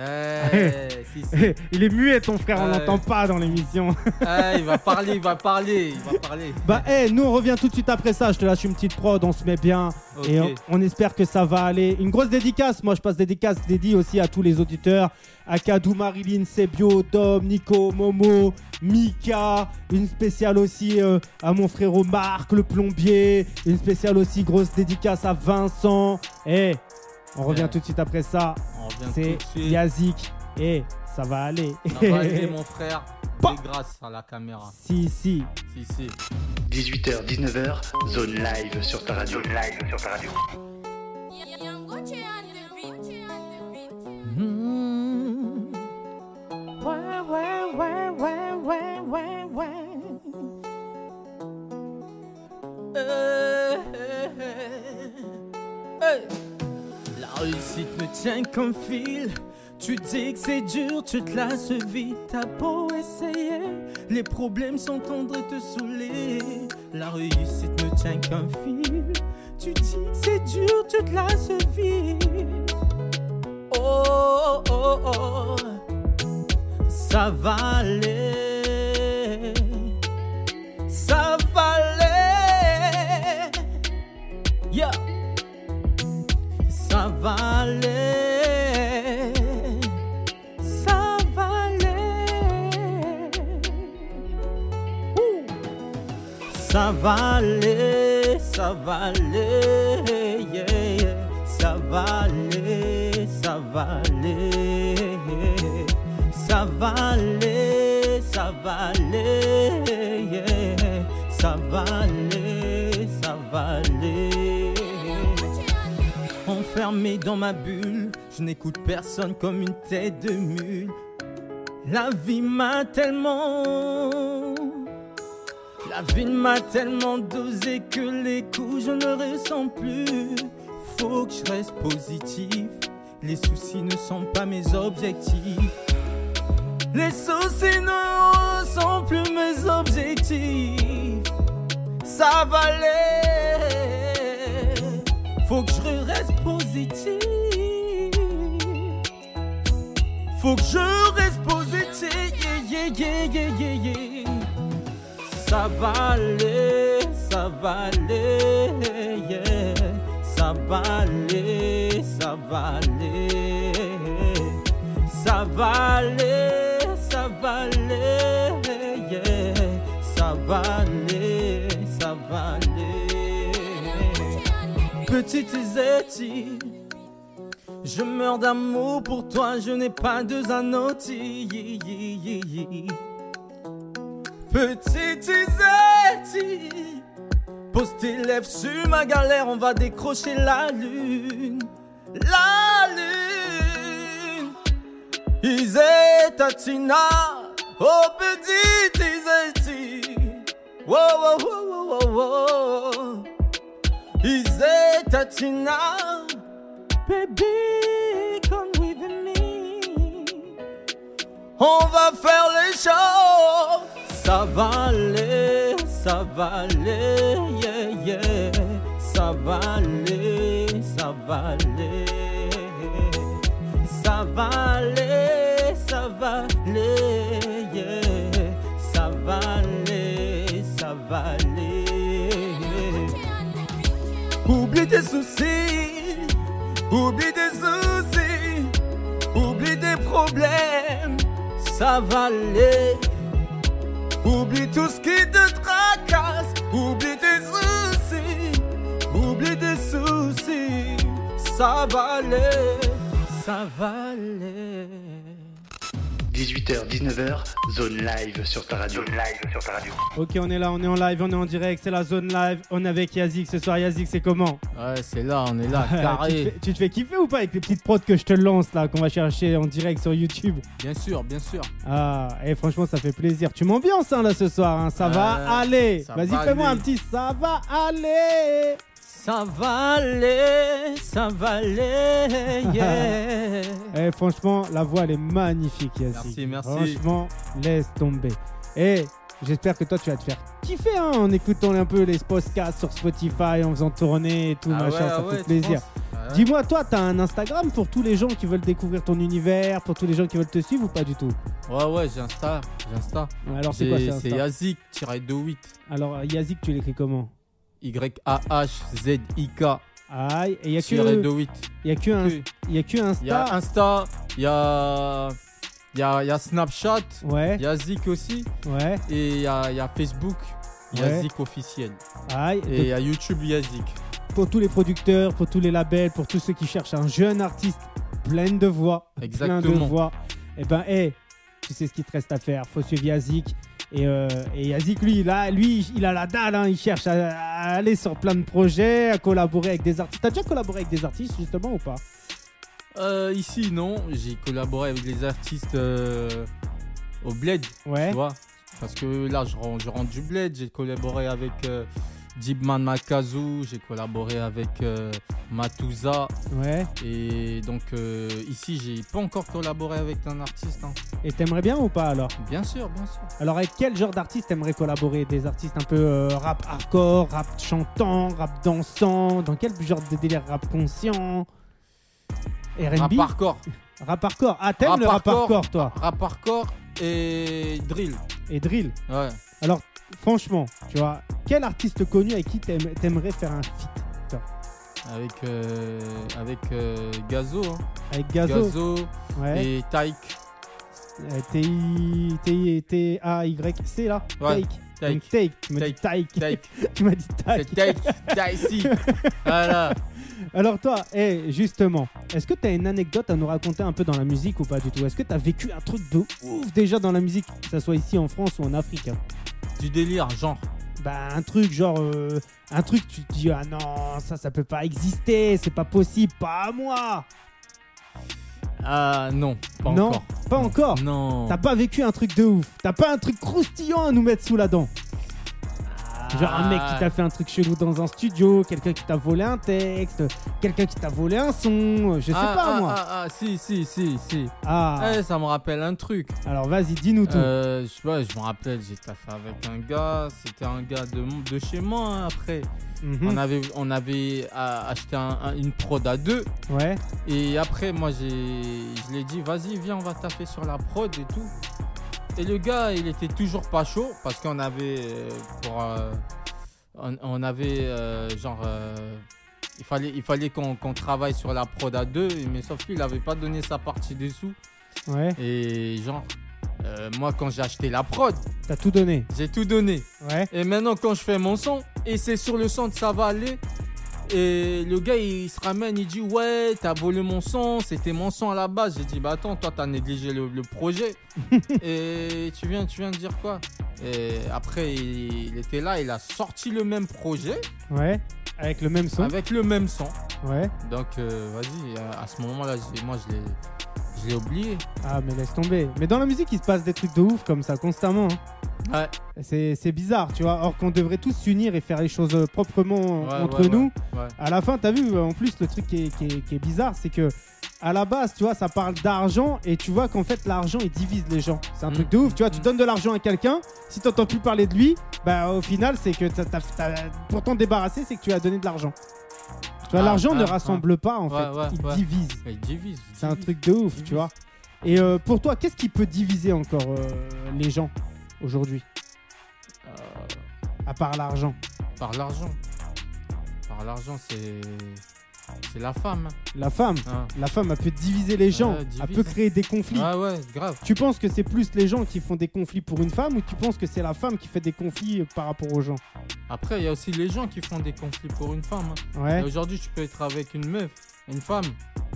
Eh, si, si.
Eh, Il est muet ton frère, on
Ouais.
l'entend pas dans l'émission.
Eh, il va parler, il va parler, il va parler.
Bah hé, nous on revient tout de suite après ça, je te lâche une petite prod, on se met bien.
Ok.
Et on, on espère que ça va aller. Une grosse dédicace, moi je passe dédicace dédiée aussi à tous les auditeurs. À Kadou, Marilyn, Sebio, Dom, Nico, Momo, Mika. Une spéciale aussi euh, à mon frérot Marc, le plombier. Une spéciale aussi grosse dédicace à Vincent. Et on revient
Ouais.
tout de suite après ça.
On revient
C'est
tout de suite.
Yazik. Et ça va aller.
Ça va aller, mon frère.
Pas.
C'est grâce à la caméra.
si, si.
Si, si.
18h, 19h, zone live sur ta radio. live sur ta radio.
Yangoche and the beat, and the beat.
Ouais, ouais, ouais, ouais, ouais, ouais, ouais.
Euh, euh, euh, euh. La réussite me tient comme fil. Tu dis que c'est dur, tu te lasses vite. T'as beau essayer, les problèmes sont tendres et te saouler. La réussite me tient comme fil. Tu dis que c'est dur, tu te lasses vite. Oh, oh, oh, ça va aller ça valait. Yeah. Ça valait. Ça valait. Ouh. Ça valait. Ça valait. Yeah, yeah. Ça valait. Ça valait. Ça valait. Ça valait. yeah. Ça valait. Ça valait. Enfermé dans ma bulle, je n'écoute personne comme une tête de mule. La vie m'a tellement. La vie m'a tellement dosé que les coups je ne ressens plus. Faut que je reste positif Les soucis ne sont pas mes objectifs. Les soucis ne sont plus mes objectifs. Ça valait. Faut que je reste positif. Faut que je reste positif. Yeah, yeah, yeah, yeah, yeah, yeah. Ça va aller, ça va aller, yeah. Ça va aller, ça va aller. Ça va aller, ça va aller, yeah. Ça va aller, ça va aller. Petite Zéti, je meurs d'amour pour toi, je n'ai pas de zanotti. Petite Zéti, pose tes lèvres sur ma galère, on va décrocher la lune. La lune, Isé Tatina, oh petite Izeti. Wow, wow, wow, wow, wow, wow. Isé Tatina. Baby, come with me. On va faire les choses. Ça va aller, ça va aller, yeah, yeah. Ça va aller, ça va aller. Ça va aller, ça va aller, yeah. Ça va aller, ça va aller. Oublie tes soucis, oublie tes soucis, oublie tes problèmes, ça va aller. Oublie tout ce qui te tracasse, oublie tes soucis, oublie tes soucis, ça va aller, ça va aller.
18h, 19h, zone live sur ta radio. live sur ta radio.
Ok, on est là, on est en live, on est en direct, c'est la zone live. On est avec Yazik ce soir. Yazik, c'est comment
Ouais, c'est là, on est là,
tu, te
carré.
fais, tu te fais kiffer ou pas avec les petites prods que je te lance là, qu'on va chercher en direct sur YouTube
Bien sûr, bien sûr.
Ah, et franchement, ça fait plaisir. Tu m'ambiances hein, là ce soir, hein, ça va
Euh,
aller.
ça
Vas-y,
va
fais-moi un
aller.
petit ça va aller.
Ça va aller, ça va aller, yeah.
Eh, franchement, la voix elle est magnifique, Yazik.
Merci, merci.
Franchement, laisse tomber. Et j'espère que toi tu vas te faire kiffer hein, en écoutant un peu les podcasts sur Spotify, en faisant tourner et tout
Ah
machin,
ouais,
ça
ah
fait
ouais, tu
plaisir.
penses Ah ouais.
Hein Dis-moi, toi, t'as un Instagram pour tous les gens qui veulent découvrir ton univers, pour tous les gens qui veulent te suivre ou pas du tout
Ouais, ouais, j'ai Insta, j'ai Insta.
Alors, c'est
J'ai-
quoi c'est Insta
C'est Yazik, tiré 28.
Alors, Yazik, tu l'écris comment
Y-A-H-Z-I-K,
Aïe, et il n'y a,
tiré
que-
28.
y a que un-
Il
y a que
y a
Insta.
Insta, il y a, il y a- il y a Snapchat,
Ouais,
il y a Zik aussi,
ouais,
et il y a, il y a Facebook, il y a
Ouais.
Zik officiel.
aïe.
Et il y a YouTube, il y a Zik.
pour tous les producteurs, pour tous les labels, pour tous ceux qui cherchent un jeune artiste plein de voix, plein de
Exactement.
voix, et ben, hey, tu sais ce qu'il te reste à faire. Faut suivre Yazik. Et, euh, et Yazik, lui, là, lui, il a la dalle. hein. Il cherche à, à aller sur plein de projets, à collaborer avec des artistes. T'as déjà collaboré avec des artistes, justement, ou pas
Euh, ici, non, j'ai collaboré avec les artistes euh, au Bled,
Ouais.
tu vois. Parce que là, je rentre, je rentre du Bled, j'ai collaboré avec euh, Jibman Makazu, j'ai collaboré avec euh, Matouza.
Ouais.
Et donc euh, ici, j'ai pas encore collaboré avec un artiste. hein.
Et t'aimerais bien ou pas, alors
Bien sûr, bien sûr.
Alors, avec quel genre d'artiste t'aimerais collaborer Des artistes un peu euh, rap hardcore, rap chantant, rap dansant Dans quel genre de délire Rap conscient
Rap
R&B
hardcore,
Rap hardcore. Ah, t'aimes
Rap
le rap
hardcore.
hardcore, toi
rap hardcore et drill.
Et drill.
Ouais.
Alors, franchement, tu vois, quel artiste connu avec qui t'aim- t'aimerais faire un feat
Avec, euh, avec euh, Gazo, hein.
Avec Gazo, Ouais.
et Taïk.
Euh, T-I- T-I- T-A-Y-C, là
Ouais,
Take.
Taïk.
Donc, take. Tu m'as dit take.
Taïk.
Tu m'as dit
C'est
take.
Taïk. Taïsi. Voilà.
Alors, toi, eh, justement, est-ce que t'as une anecdote à nous raconter un peu dans la musique ou pas du tout Est-ce que t'as vécu un truc de ouf déjà dans la musique, que ça soit ici en France ou en Afrique hein
Du délire, genre.
bah, un truc genre euh, un truc tu te dis ah non ça ça peut pas exister c'est pas possible pas à moi
Ah non, pas
non
encore.
pas encore
Non.
t'as pas vécu un truc de ouf t'as pas un truc croustillant à nous mettre sous la dent Genre un mec
Ah.
qui t'a fait un truc chelou dans un studio, quelqu'un qui t'a volé un texte, quelqu'un qui t'a volé un son, euh, je sais
Ah,
pas
ah,
moi.
Ah, ah, si, si, si, si.
Ah,
Eh, ça me rappelle un truc.
alors vas-y, dis-nous tout.
Euh, je sais pas, je me rappelle, j'ai taffé avec un gars, c'était un gars de, mon- de chez moi hein, après.
Mhm.
On avait, on avait euh, acheté un- un- une prod à deux.
Ouais,
Et après, moi, j'ai, je l'ai dit, vas-y, viens, on va taper sur la prod et tout. Et le gars, il était toujours pas chaud parce qu'on avait, euh, pour, euh, on, on avait euh, genre, euh, il fallait, il fallait qu'on, qu'on travaille sur la prod à deux, mais sauf qu'il avait pas donné sa partie des sous.
ouais,
Et genre, euh, moi, quand j'ai acheté la prod,
t'as tout donné.
j'ai tout donné.
Ouais,
Et maintenant, quand je fais mon son, et c'est sur le son que ça va aller. Et le gars, il se ramène, il dit Ouais, t'as volé mon son, c'était mon son à la base. J'ai dit Bah attends, toi, t'as négligé le, le projet. et tu viens, tu viens de dire quoi Et après, il, il était là, il a sorti le même projet
ouais, avec le même son.
avec le même son.
Ouais,
Donc, euh, vas-y, à, à ce moment-là, j'ai- moi, je l'ai. Je l'ai oublié.
ah, mais laisse tomber. Mais dans la musique, il se passe des trucs de ouf comme ça, constamment. hein.
Ouais,
C'est c'est bizarre, tu vois. Or qu'on devrait tous s'unir et faire les choses euh, proprement
Ouais,
entre
ouais, ouais.
nous.
ouais.
À la fin, t'as vu, en plus, le truc qui est, qui est- qui est bizarre, c'est que à la base, tu vois, ça parle d'argent et tu vois qu'en fait, l'argent, il divise les gens. C'est un
Mm.
truc de ouf, tu vois, tu
Mm.
donnes de l'argent à quelqu'un, si t'entends plus parler de lui, bah au final, c'est que t'as, t'as- t'as- pour t'en débarrasser, c'est que tu as donné de l'argent. Tu vois,
Ah,
l'argent ne
ah,
rassemble pas, en
Ouais,
fait,
ouais,
il
ouais. Mm.
divise.
Mais il divise. il
C'est un
divise.
truc de ouf, tu
divise.
vois. Et euh, pour toi, qu'est-ce qui peut diviser encore euh, les gens aujourd'hui,
Euh,
à part l'argent
Par l'argent. Par l'argent, c'est. C'est la femme.
La femme.
hein.
La femme, elle peut diviser les gens,
Ouais,
elle
divise.
peut créer des conflits.
Ouais, Ah ouais, grave.
Tu penses que c'est plus les gens qui font des conflits pour une femme ou tu penses que c'est la femme qui fait des conflits euh, par rapport aux gens
Après, il y a aussi les gens qui font des conflits pour une femme. hein.
Ouais.
Et Aujourd'hui, tu peux être avec une meuf, une femme.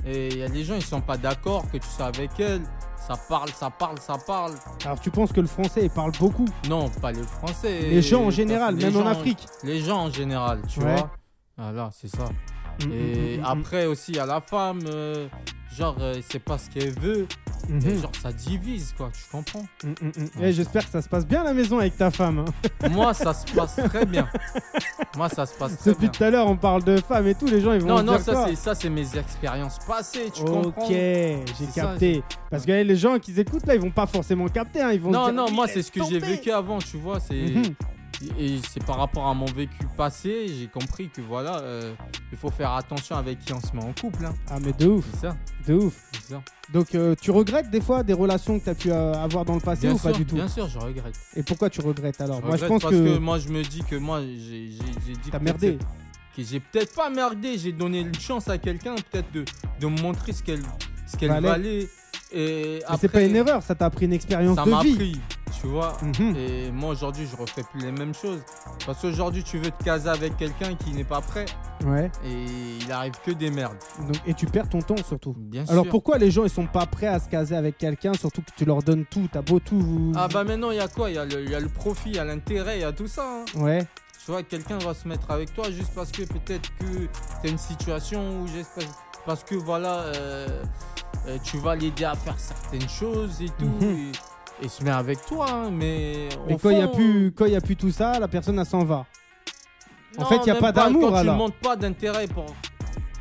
Et il y a des gens, ils sont pas d'accord que tu sois avec elle. Ça parle, ça parle, ça parle.
Alors tu penses que le français il parle beaucoup
Non, pas les Français.
Les gens en
T'as-
général,
les
même en
gens-
Afrique.
Les gens en général, tu
Ouais.
vois. Voilà, c'est ça.
Mm,
Et
mm, mm,
après aussi, à la femme, euh, genre, euh, c'est pas ce qu'elle veut.
mm,
Et
mm,
genre, ça divise, quoi, tu comprends
mm, mm, mm. Eh, J'espère que ça se passe bien à la maison avec ta femme. hein.
Moi, ça se passe très bien. Moi, ça se passe très
Depuis
bien.
tout à l'heure on parle de femmes et tout, les gens ils vont
Non,
se
non,
dire
ça
quoi
c'est ça c'est mes expériences passées, tu
Ok,
comprends
j'ai
ça,
capté. Parce que eh, les gens qui écoutent là, ils vont pas forcément capter. hein, Ils vont se
Non,
dire,
non,
oui,
moi
laisse
c'est ce que j'ai
tomber.
vécu avant, tu vois, c'est
Mhm.
et c'est par rapport à mon vécu passé, j'ai compris que voilà, euh, il faut faire attention avec qui on se met en couple, hein.
Ah, mais de ouf,
c'est ça,
de ouf.
c'est ça.
Donc, euh, tu regrettes des fois des relations que t'as pu euh, avoir dans le passé
Bien
ou
sûr,
pas du tout
bien sûr, je regrette.
Et pourquoi tu regrettes alors
Je
Moi, je
regrette
pense
parce
que,
moi je me dis que moi j'ai j'ai- j'ai dit
t'as
que
merdé.
que j'ai peut-être pas merdé, j'ai donné une chance à quelqu'un peut-être de, de me montrer ce qu'elle ce qu'elle
Valait.
valait. Et
Mais
après,
c'est pas une erreur, ça t'a appris une expérience
ça
de
m'a
vie.
pris, tu vois.
Mhm.
Et moi aujourd'hui, je refais plus les mêmes choses. Parce qu'aujourd'hui, tu veux te caser avec quelqu'un qui n'est pas prêt
Ouais.
et il arrive que des merdes.
Donc, et tu perds ton temps surtout.
Bien
Alors
sûr.
pourquoi les gens ils sont pas prêts à se caser avec quelqu'un, surtout que tu leur donnes tout, t'as beau tout.
Ah bah maintenant, il y a quoi Il y, a le- il y a le profit, il y a l'intérêt, il y a tout ça. hein.
Ouais.
Tu vois, quelqu'un va se mettre avec toi juste parce que peut-être que t'as une situation où j'espère. Parce que voilà, euh, euh, tu vas l'aider à faire certaines choses et tout.
Mhm.
Et, et se met avec toi, hein, mais.
Mais
au
quand il y a
fond, euh,
plus, quand il y a plus tout ça, la personne elle s'en va. En
Non,
fait, y a
même
pas d'amour,
Quand tu
alors.
ne montres pas d'intérêt pour.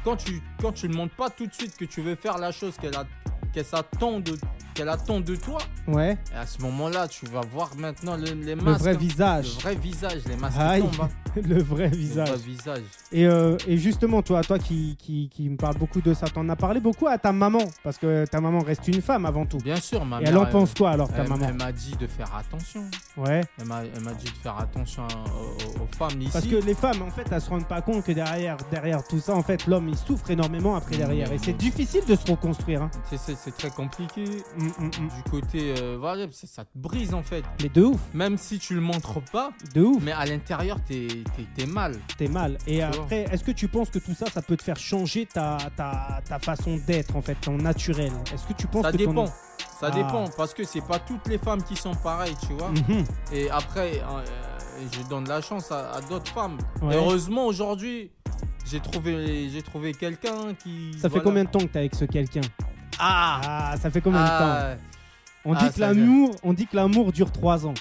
Quand tu quand tu ne montres pas tout de suite que tu veux faire la chose qu'elle a qu'elle s'attend de qu'elle attend de toi,
Ouais.
et à ce moment-là, tu vas voir maintenant le- les
Le
masques.
vrai
hein.
visage.
Le vrai visage, les masques
Aïe.
qui tombent. hein.
Le vrai
Le
visage.
vrai visage.
Et, euh, et justement, toi, toi qui, qui, qui me parle beaucoup de ça, t'en as parlé beaucoup à ta maman, parce que ta maman reste une femme avant tout.
Bien sûr, ma
Et
mère.
elle en
elle-
pense quoi alors, ta
elle-
maman
elle m'a dit de faire attention.
Ouais.
Elle m'a elle m'a dit de faire attention aux, aux- aux femmes ici.
Parce que les femmes, en fait, elles se rendent pas compte que derrière, derrière tout ça, en fait, l'homme, il souffre énormément après derrière. Et c'est difficile de se reconstruire. hein.
C'est- c'est c'est très compliqué.
Mm, mm, mm.
Du côté euh, voilà, c'est- ça te brise en fait.
Mais de ouf,
Même si tu le montres pas,
de ouf,
mais à l'intérieur, t'es t'es- t'es mal.
t'es mal. Et
vois.
après, est-ce que tu penses que tout ça, ça peut te faire changer ta, ta, ta façon d'être, en fait, ton naturel Est-ce que tu penses
Ça
que ton-
dépend. Ça
Ah.
dépend parce que c'est pas toutes les femmes qui sont pareilles, tu vois.
Mhm.
Et après, euh, je donne la chance à, à d'autres femmes.
Ouais.
Heureusement, aujourd'hui, j'ai trouvé, j'ai trouvé quelqu'un qui.
Ça fait
voilà.
combien de temps que t'es avec ce quelqu'un
Ah,
Ah, ça fait combien de temps
Ah,
on
ah,
dit, que
ça
l'amour, on dit que l'amour dure 3 ans.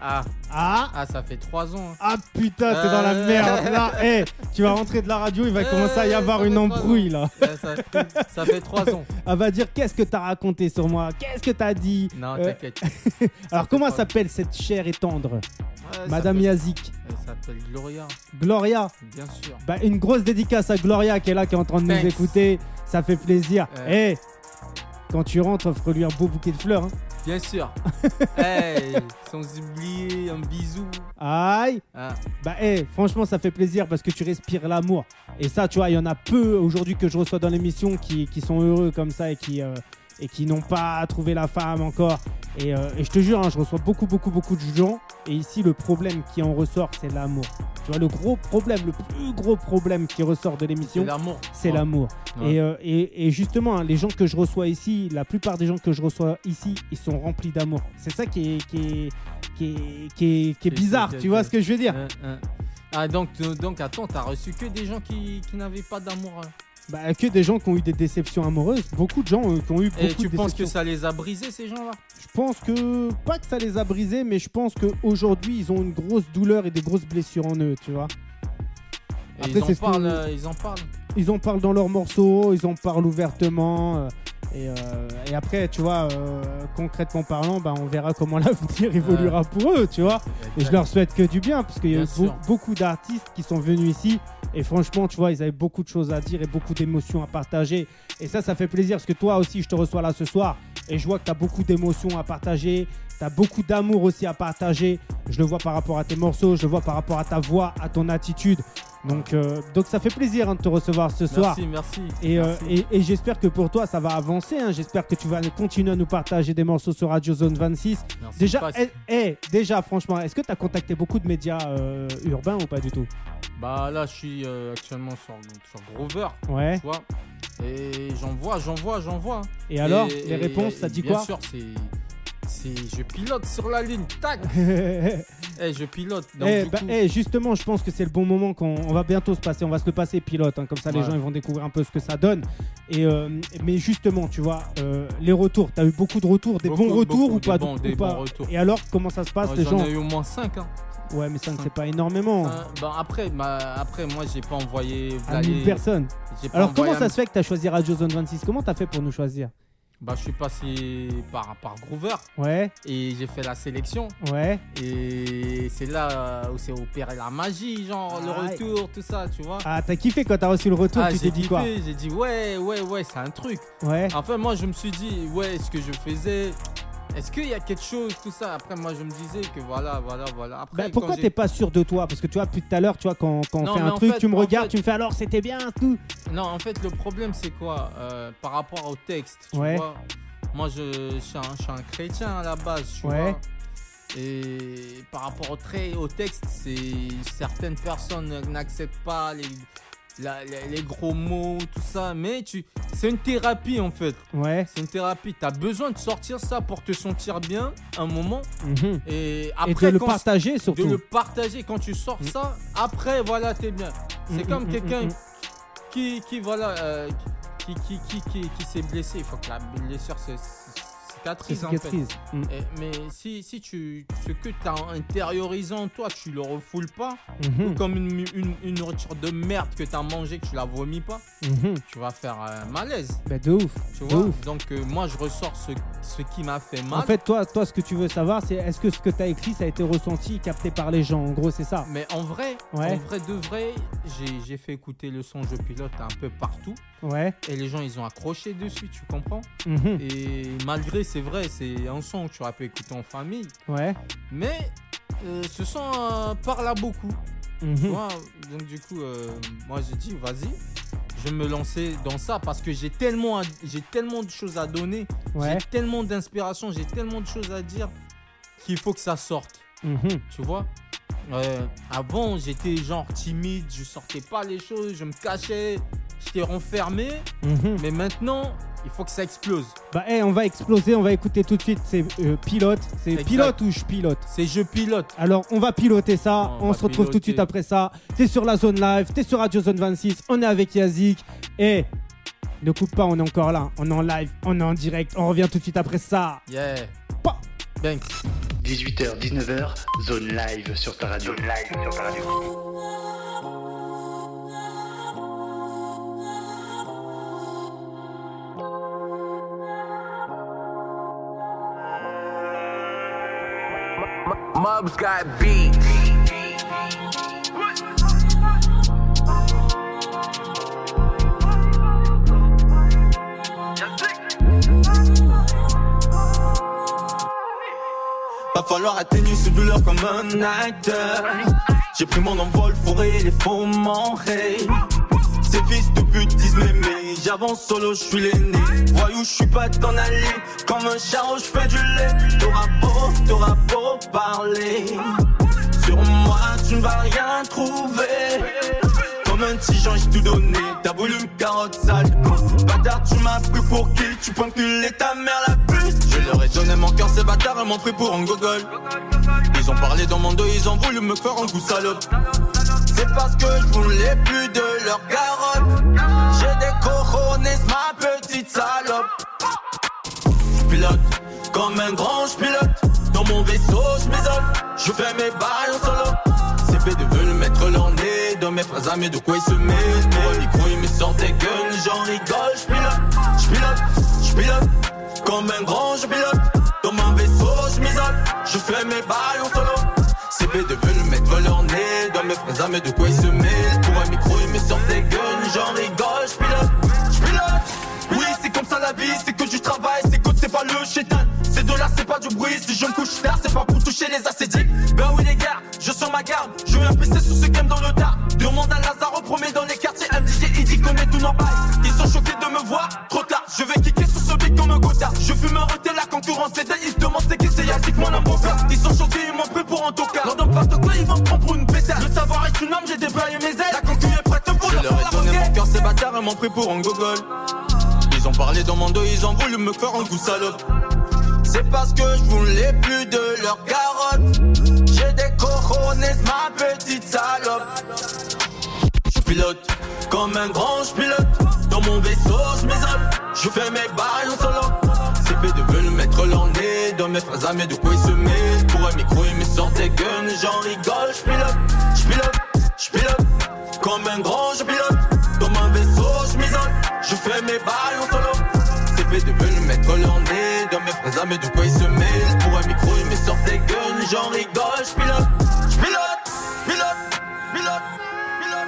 Ah,
Ah
ah, ça fait 3 ans. hein.
Ah putain, t'es dans la
Euh.
merde là. Eh, tu vas rentrer de la radio, il va
Euh,
commencer à y
ça
avoir
fait
une
trois
embrouille
ans.
là.
Euh, Ça, ça fait 3 ans.
Elle va dire qu'est-ce que t'as raconté sur moi Qu'est-ce que t'as dit
Non,
Euh,
t'inquiète.
Alors
fait
comment
trois ans.
s'appelle cette chère et tendre
Ouais, ça
Madame
peut-
Yazik
Elle s'appelle Gloria,
Gloria
bien sûr.
Bah, une grosse dédicace à Gloria qui est là, qui est en train de nous
Thanks.
écouter. Ça fait plaisir. Eh,
Euh.
quand tu rentres, offre-lui un beau bouquet de fleurs. hein.
Bien sûr. hey, sans oublier un bisou.
Aïe.
Ah,
Bah, eh, franchement, ça fait plaisir parce que tu respires l'amour. Et ça, tu vois, il y en a peu aujourd'hui que je reçois dans l'émission qui, qui sont heureux comme ça et qui, euh, et qui n'ont pas trouvé la femme encore. Et, euh, et je te jure, hein, je reçois beaucoup, beaucoup, beaucoup de gens. Et ici, le problème qui en ressort, c'est l'amour. Tu vois, le gros problème, le plus gros problème qui ressort de
c'est
l'émission,
l'amour.
c'est
Ouais.
l'amour.
Ouais.
Et, euh, et- et justement, hein, les gens que je reçois ici, la plupart des gens que je reçois ici, ils sont remplis d'amour. C'est ça qui est, qui est, qui est, qui est- qui est
Ok,
bizarre,
ok,
tu
ok.
vois ce que je veux dire
Hein, hein. Ah, donc, euh, donc attends, t'as reçu que des gens qui, qui n'avaient pas d'amour. hein.
bah, Que des gens qui ont eu des déceptions amoureuses, beaucoup de gens euh, qui ont eu beaucoup
Et
de
tu penses que
déceptions.
ça les a brisés, ces gens-là
Je pense que, pas que ça les a brisés, mais je pense qu'aujourd'hui, ils ont une grosse douleur et des grosses blessures en eux, tu vois
Et
Après,
ils,
c'est
en
ce
parlent,
que-
euh, ils en parlent.
ils en parlent dans leurs morceaux, ils en parlent ouvertement. euh, Et, euh, et après, tu vois, euh, concrètement parlant, bah, on verra comment l'avenir évoluera pour eux, tu vois. Et je leur souhaite que du bien, parce qu'il y a
Bien
eu
sûr.
be- beaucoup d'artistes qui sont venus ici. Et franchement, tu vois, ils avaient beaucoup de choses à dire et beaucoup d'émotions à partager. Et ça, ça fait plaisir, parce que toi aussi, je te reçois là ce soir. Et je vois que tu as beaucoup d'émotions à partager. Tu as beaucoup d'amour aussi à partager. Je le vois par rapport à tes morceaux, je le vois par rapport à ta voix, à ton attitude. Donc, euh, donc ça fait plaisir hein, de te recevoir ce soir.
Merci, merci.
Et, euh,
merci.
et- et j'espère que pour toi, ça va avancer. hein. J'espère que tu vas continuer à nous partager des morceaux sur Radio Zone 26.
Merci,
Déjà,
parce-
eh, eh, déjà franchement, est-ce que tu as contacté beaucoup de médias euh, urbains ou pas du tout
Bah là, je suis euh, actuellement sur, sur Grover,
Ouais.
tu vois. Et j'en vois, j'en vois, j'en vois. hein.
Et alors,
Et-
les
et-
réponses, ça
et
dit
bien
quoi
sûr, c'est. c'est- Je pilote sur la ligne, tac
Eh,
Eh, je pilote. Donc, du
bah,
coup,
eh, justement, je pense que c'est le bon moment qu'on on va bientôt se passer. On va se le passer pilote, hein, comme ça les
Ouais.
gens ils vont découvrir un peu ce que ça donne. Et euh, mais justement, tu vois, euh, les retours. T'as eu beaucoup de retours, des
Beaucoup,
bons retours
beaucoup,
ou
des
pas
bons-
ou
des
pas
bons retours.
Et alors, comment ça se passe
euh,
les
j'en
gens
ai eu au moins 5. Hein.
Ouais, mais ça ne
Cinq.
c'est pas énormément.
Euh, bah, après, bah, après, moi, j'ai pas envoyé.
À
Vlad-
1000 personnes.
j'ai pas
Alors
envoyé
comment ça
un-
se fait que t'as choisi Radio Zone 26 Comment t'as fait pour nous choisir
Bah, je suis passé par, par Groover
Ouais,
et j'ai fait la sélection.
ouais.
Et c'est là où s'est opéré la magie, genre le
Aïe.
retour, tout ça, tu vois.
Ah, t'as kiffé quand t'as reçu le retour,
Ah,
tu t'es
j'ai
dit quoi
kiffé, J'ai dit ouais, ouais, ouais, c'est un truc.
Ouais.
Enfin, moi, je me suis dit, ouais, ce que je faisais, est-ce qu'il y a quelque chose, tout ça. Après, moi, je me disais que voilà, voilà, voilà. Après,
Bah,
quand
pourquoi
j'ai-
t'es pas sûr de toi Parce que tu vois, depuis tout à l'heure, tu vois, quand, quand on
Non,
fait
mais
un
en
truc,
fait-
tu me
en
regardes,
fait-
tu me fais alors c'était bien, tout.
Non, en fait, le problème, c'est quoi euh, Par rapport au texte, tu
Ouais.
vois Moi, je, je suis un, je suis un chrétien à la base, tu
Ouais.
vois Et par rapport au, trait- au texte, c'est certaines personnes n'acceptent pas les, la- les, les gros mots, tout ça. Mais tu, c'est une thérapie, en fait.
Ouais.
C'est une thérapie. T'as besoin de sortir ça pour te sentir bien un moment.
Mhm.
Et
Et
après,
de le
quand-
partager
de
surtout.
le partager quand tu sors ça. Après, voilà, t'es bien. C'est
Mm,
comme
mm, mm,
quelqu'un
mm.
qui, qui, voilà, euh, qui, qui, qui, qui, qui s'est blessé. Il faut que la blessure se se-
C'est
cicatrise, en fait.
cicatrice. Mm,
Et- mais si, si tu, ce que tu as intériorisé en toi, tu le refoules pas,
mhm,
ou comme une, mu- une, une nourriture de merde que tu as mangée, que tu la vomis pas,
mhm.
tu vas faire un malaise.
Bah, de ouf.
Tu
de
vois
ouf.
Donc, euh, moi, je ressors ce, ce qui m'a fait mal.
En fait, toi, toi, ce que tu veux savoir, c'est est-ce que ce que t'as écrit, ça a été ressenti, capté par les gens En gros, c'est ça.
Mais en vrai,
Ouais.
en vrai de vrai, j'ai- j'ai fait écouter le son Je pilote un peu partout
Ouais.
et les gens ils ont accroché dessus, tu comprends
mhm,
Et malgré, c'est vrai, c'est un son que tu aurais pu écouter en famille,
Ouais.
mais euh, ce son euh, parle à beaucoup, tu
mhm.
vois Donc du coup, euh, moi j'ai dit vas-y, je vais me lancer dans ça parce que j'ai tellement, à- j'ai tellement de choses à donner,
Ouais.
j'ai tellement d'inspiration, j'ai tellement de choses à dire qu'il faut que ça sorte
mhm.
tu vois. Euh, avant, j'étais genre timide, je sortais pas les choses, je me cachais, j'étais renfermé.
mhm.
Mais maintenant, il faut que ça explose.
Bah, eh, on va exploser, on va écouter tout de suite. C'est euh, pilote. C'est
Exact.
pilote ou je pilote
C'est je pilote.
Alors, on va piloter ça.
On
On,
va
se retrouve tout de
piloter.
suite après ça. T'es sur la zone live, t'es sur Radio Zone 26. On est avec Yazik. Et ne coupe pas, on est encore là. On est en live, on est en direct. On revient tout de suite après ça.
Yeah.
Pa.
Bang.
18h, 19h, zone live sur ta radio. live sur ta radio.
Mubs got beat.
Va falloir atténuer ce douleur comme un acteur. J'ai pris mon envol, forêt, les fonds m'enrayent. Ces fils de pute disent m'aimer. J'avance solo, je suis l'aîné. Voyou, je suis pas t'en aller. Comme un charreau, je fais du lait. T'auras beau, t'auras beau parler. Sur moi, tu ne vas rien trouver. Comme un tigeon, j'ai tout donné. T'as voulu une carotte sale. Bâtard, tu m'as pris pour qui Tu pointes que l'est ta mère la puce. Je leur ai donné mon cœur, ces bâtards, ils m'ont pris pour un gogol. Ils ont parlé dans mon dos, ils ont voulu me faire un coup salope. C'est parce que je voulais plus de leur carotte. J'ai des coronets, ma petite salope. J'pilote comme un grand j'pilote. Dans mon vaisseau, j'm'isole. Je fais mes balles en solo. Ces bêtes veulent mettre leur nez dans mes phrases, mais de quoi ils se mettent. Pour un micro, ils me sortent des gueules, j'en rigole. J'pilote, j'pilote, j'pilote. Comme un grand j'pilote. Dans mon vaisseau, j'm'isole. Je fais mes balles en solo. Ces bêtes veulent mettre leur nez dans mes phrases, mais de quoi ils se mêlent. Pour un micro, ils me sortent des gueules, j'en rigole. J'pilote, j'pilote. Oui, c'est comme ça la vie, c'est que du travail, c'est que c'est pas le chétan. C'est de là, c'est pas du bruit. Si je me couche tard, c'est pas pour toucher les ascétiques. Ben oui, les gars, je sens ma garde. Je viens pisser sur ce game dans le tas. Demande à Lazaro, premier dans les quartiers. Un DJ, il dit qu'on est tout en bail. Ils sont choqués de me voir, trop tard. Je vais kicker sur ce beat comme un gotha. Je fume un roté, la concurrence est dingue. Ils se demandent c'est qui c'est Yazik, mon avocat. Ils sont choqués, ils m'ont pris pour un tocard. Leur donne pas de quoi, ils vont me prendre pour une pétale. Le savoir est une arme, j'ai déployé mes ailes. La concu est prête pour leur faire la roquette. Cœur, ces bâtards, ils m'ont pris pour un gogol. Ils ont parlé dans mon dos, ils ont voulu me faire un coup salope. C'est parce que je voulais plus de leur carotte. J'ai des coronets, ma petite salope. Je pilote comme un grand, je pilote. Dans mon vaisseau, je m'isole. Je fais mes bails en solo. Ces de veulent mettre leur nez dans mes phrases, Ah, mais de quoi ils se mêlent. Pour un micro, ils me sortent des guns, j'en rigole. Je pilote, je pilote, je pilote. Comme un grand, je pilote. Dans mon vaisseau, je m'isole. Je fais mes bails en solo. Ces de veulent mettre leur nez dans mes phrases, Ah, mais de quoi ils se mêlent. Pour un micro, ils me sortent des guns, j'en rigole. Je pilote, je pilote, pilote, pilote, pilote.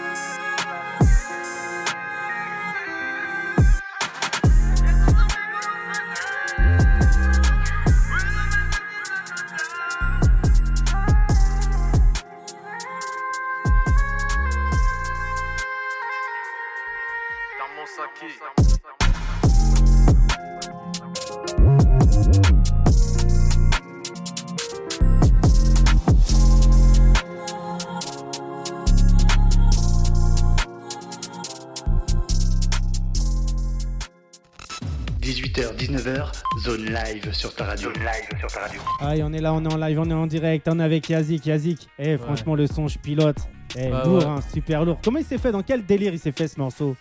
Zone live sur ta radio. 18h, 19h, zone live sur ta radio. live sur ta radio.
Aïe, on est là, on est en live, on est en direct, on est avec Yazik, Yazik. Eh, franchement, le son, je pilote. Eh,
Ouais,
lourd,
Bah ouais.
hein, super lourd. Comment il s'est fait Dans quel délire il s'est fait ce morceau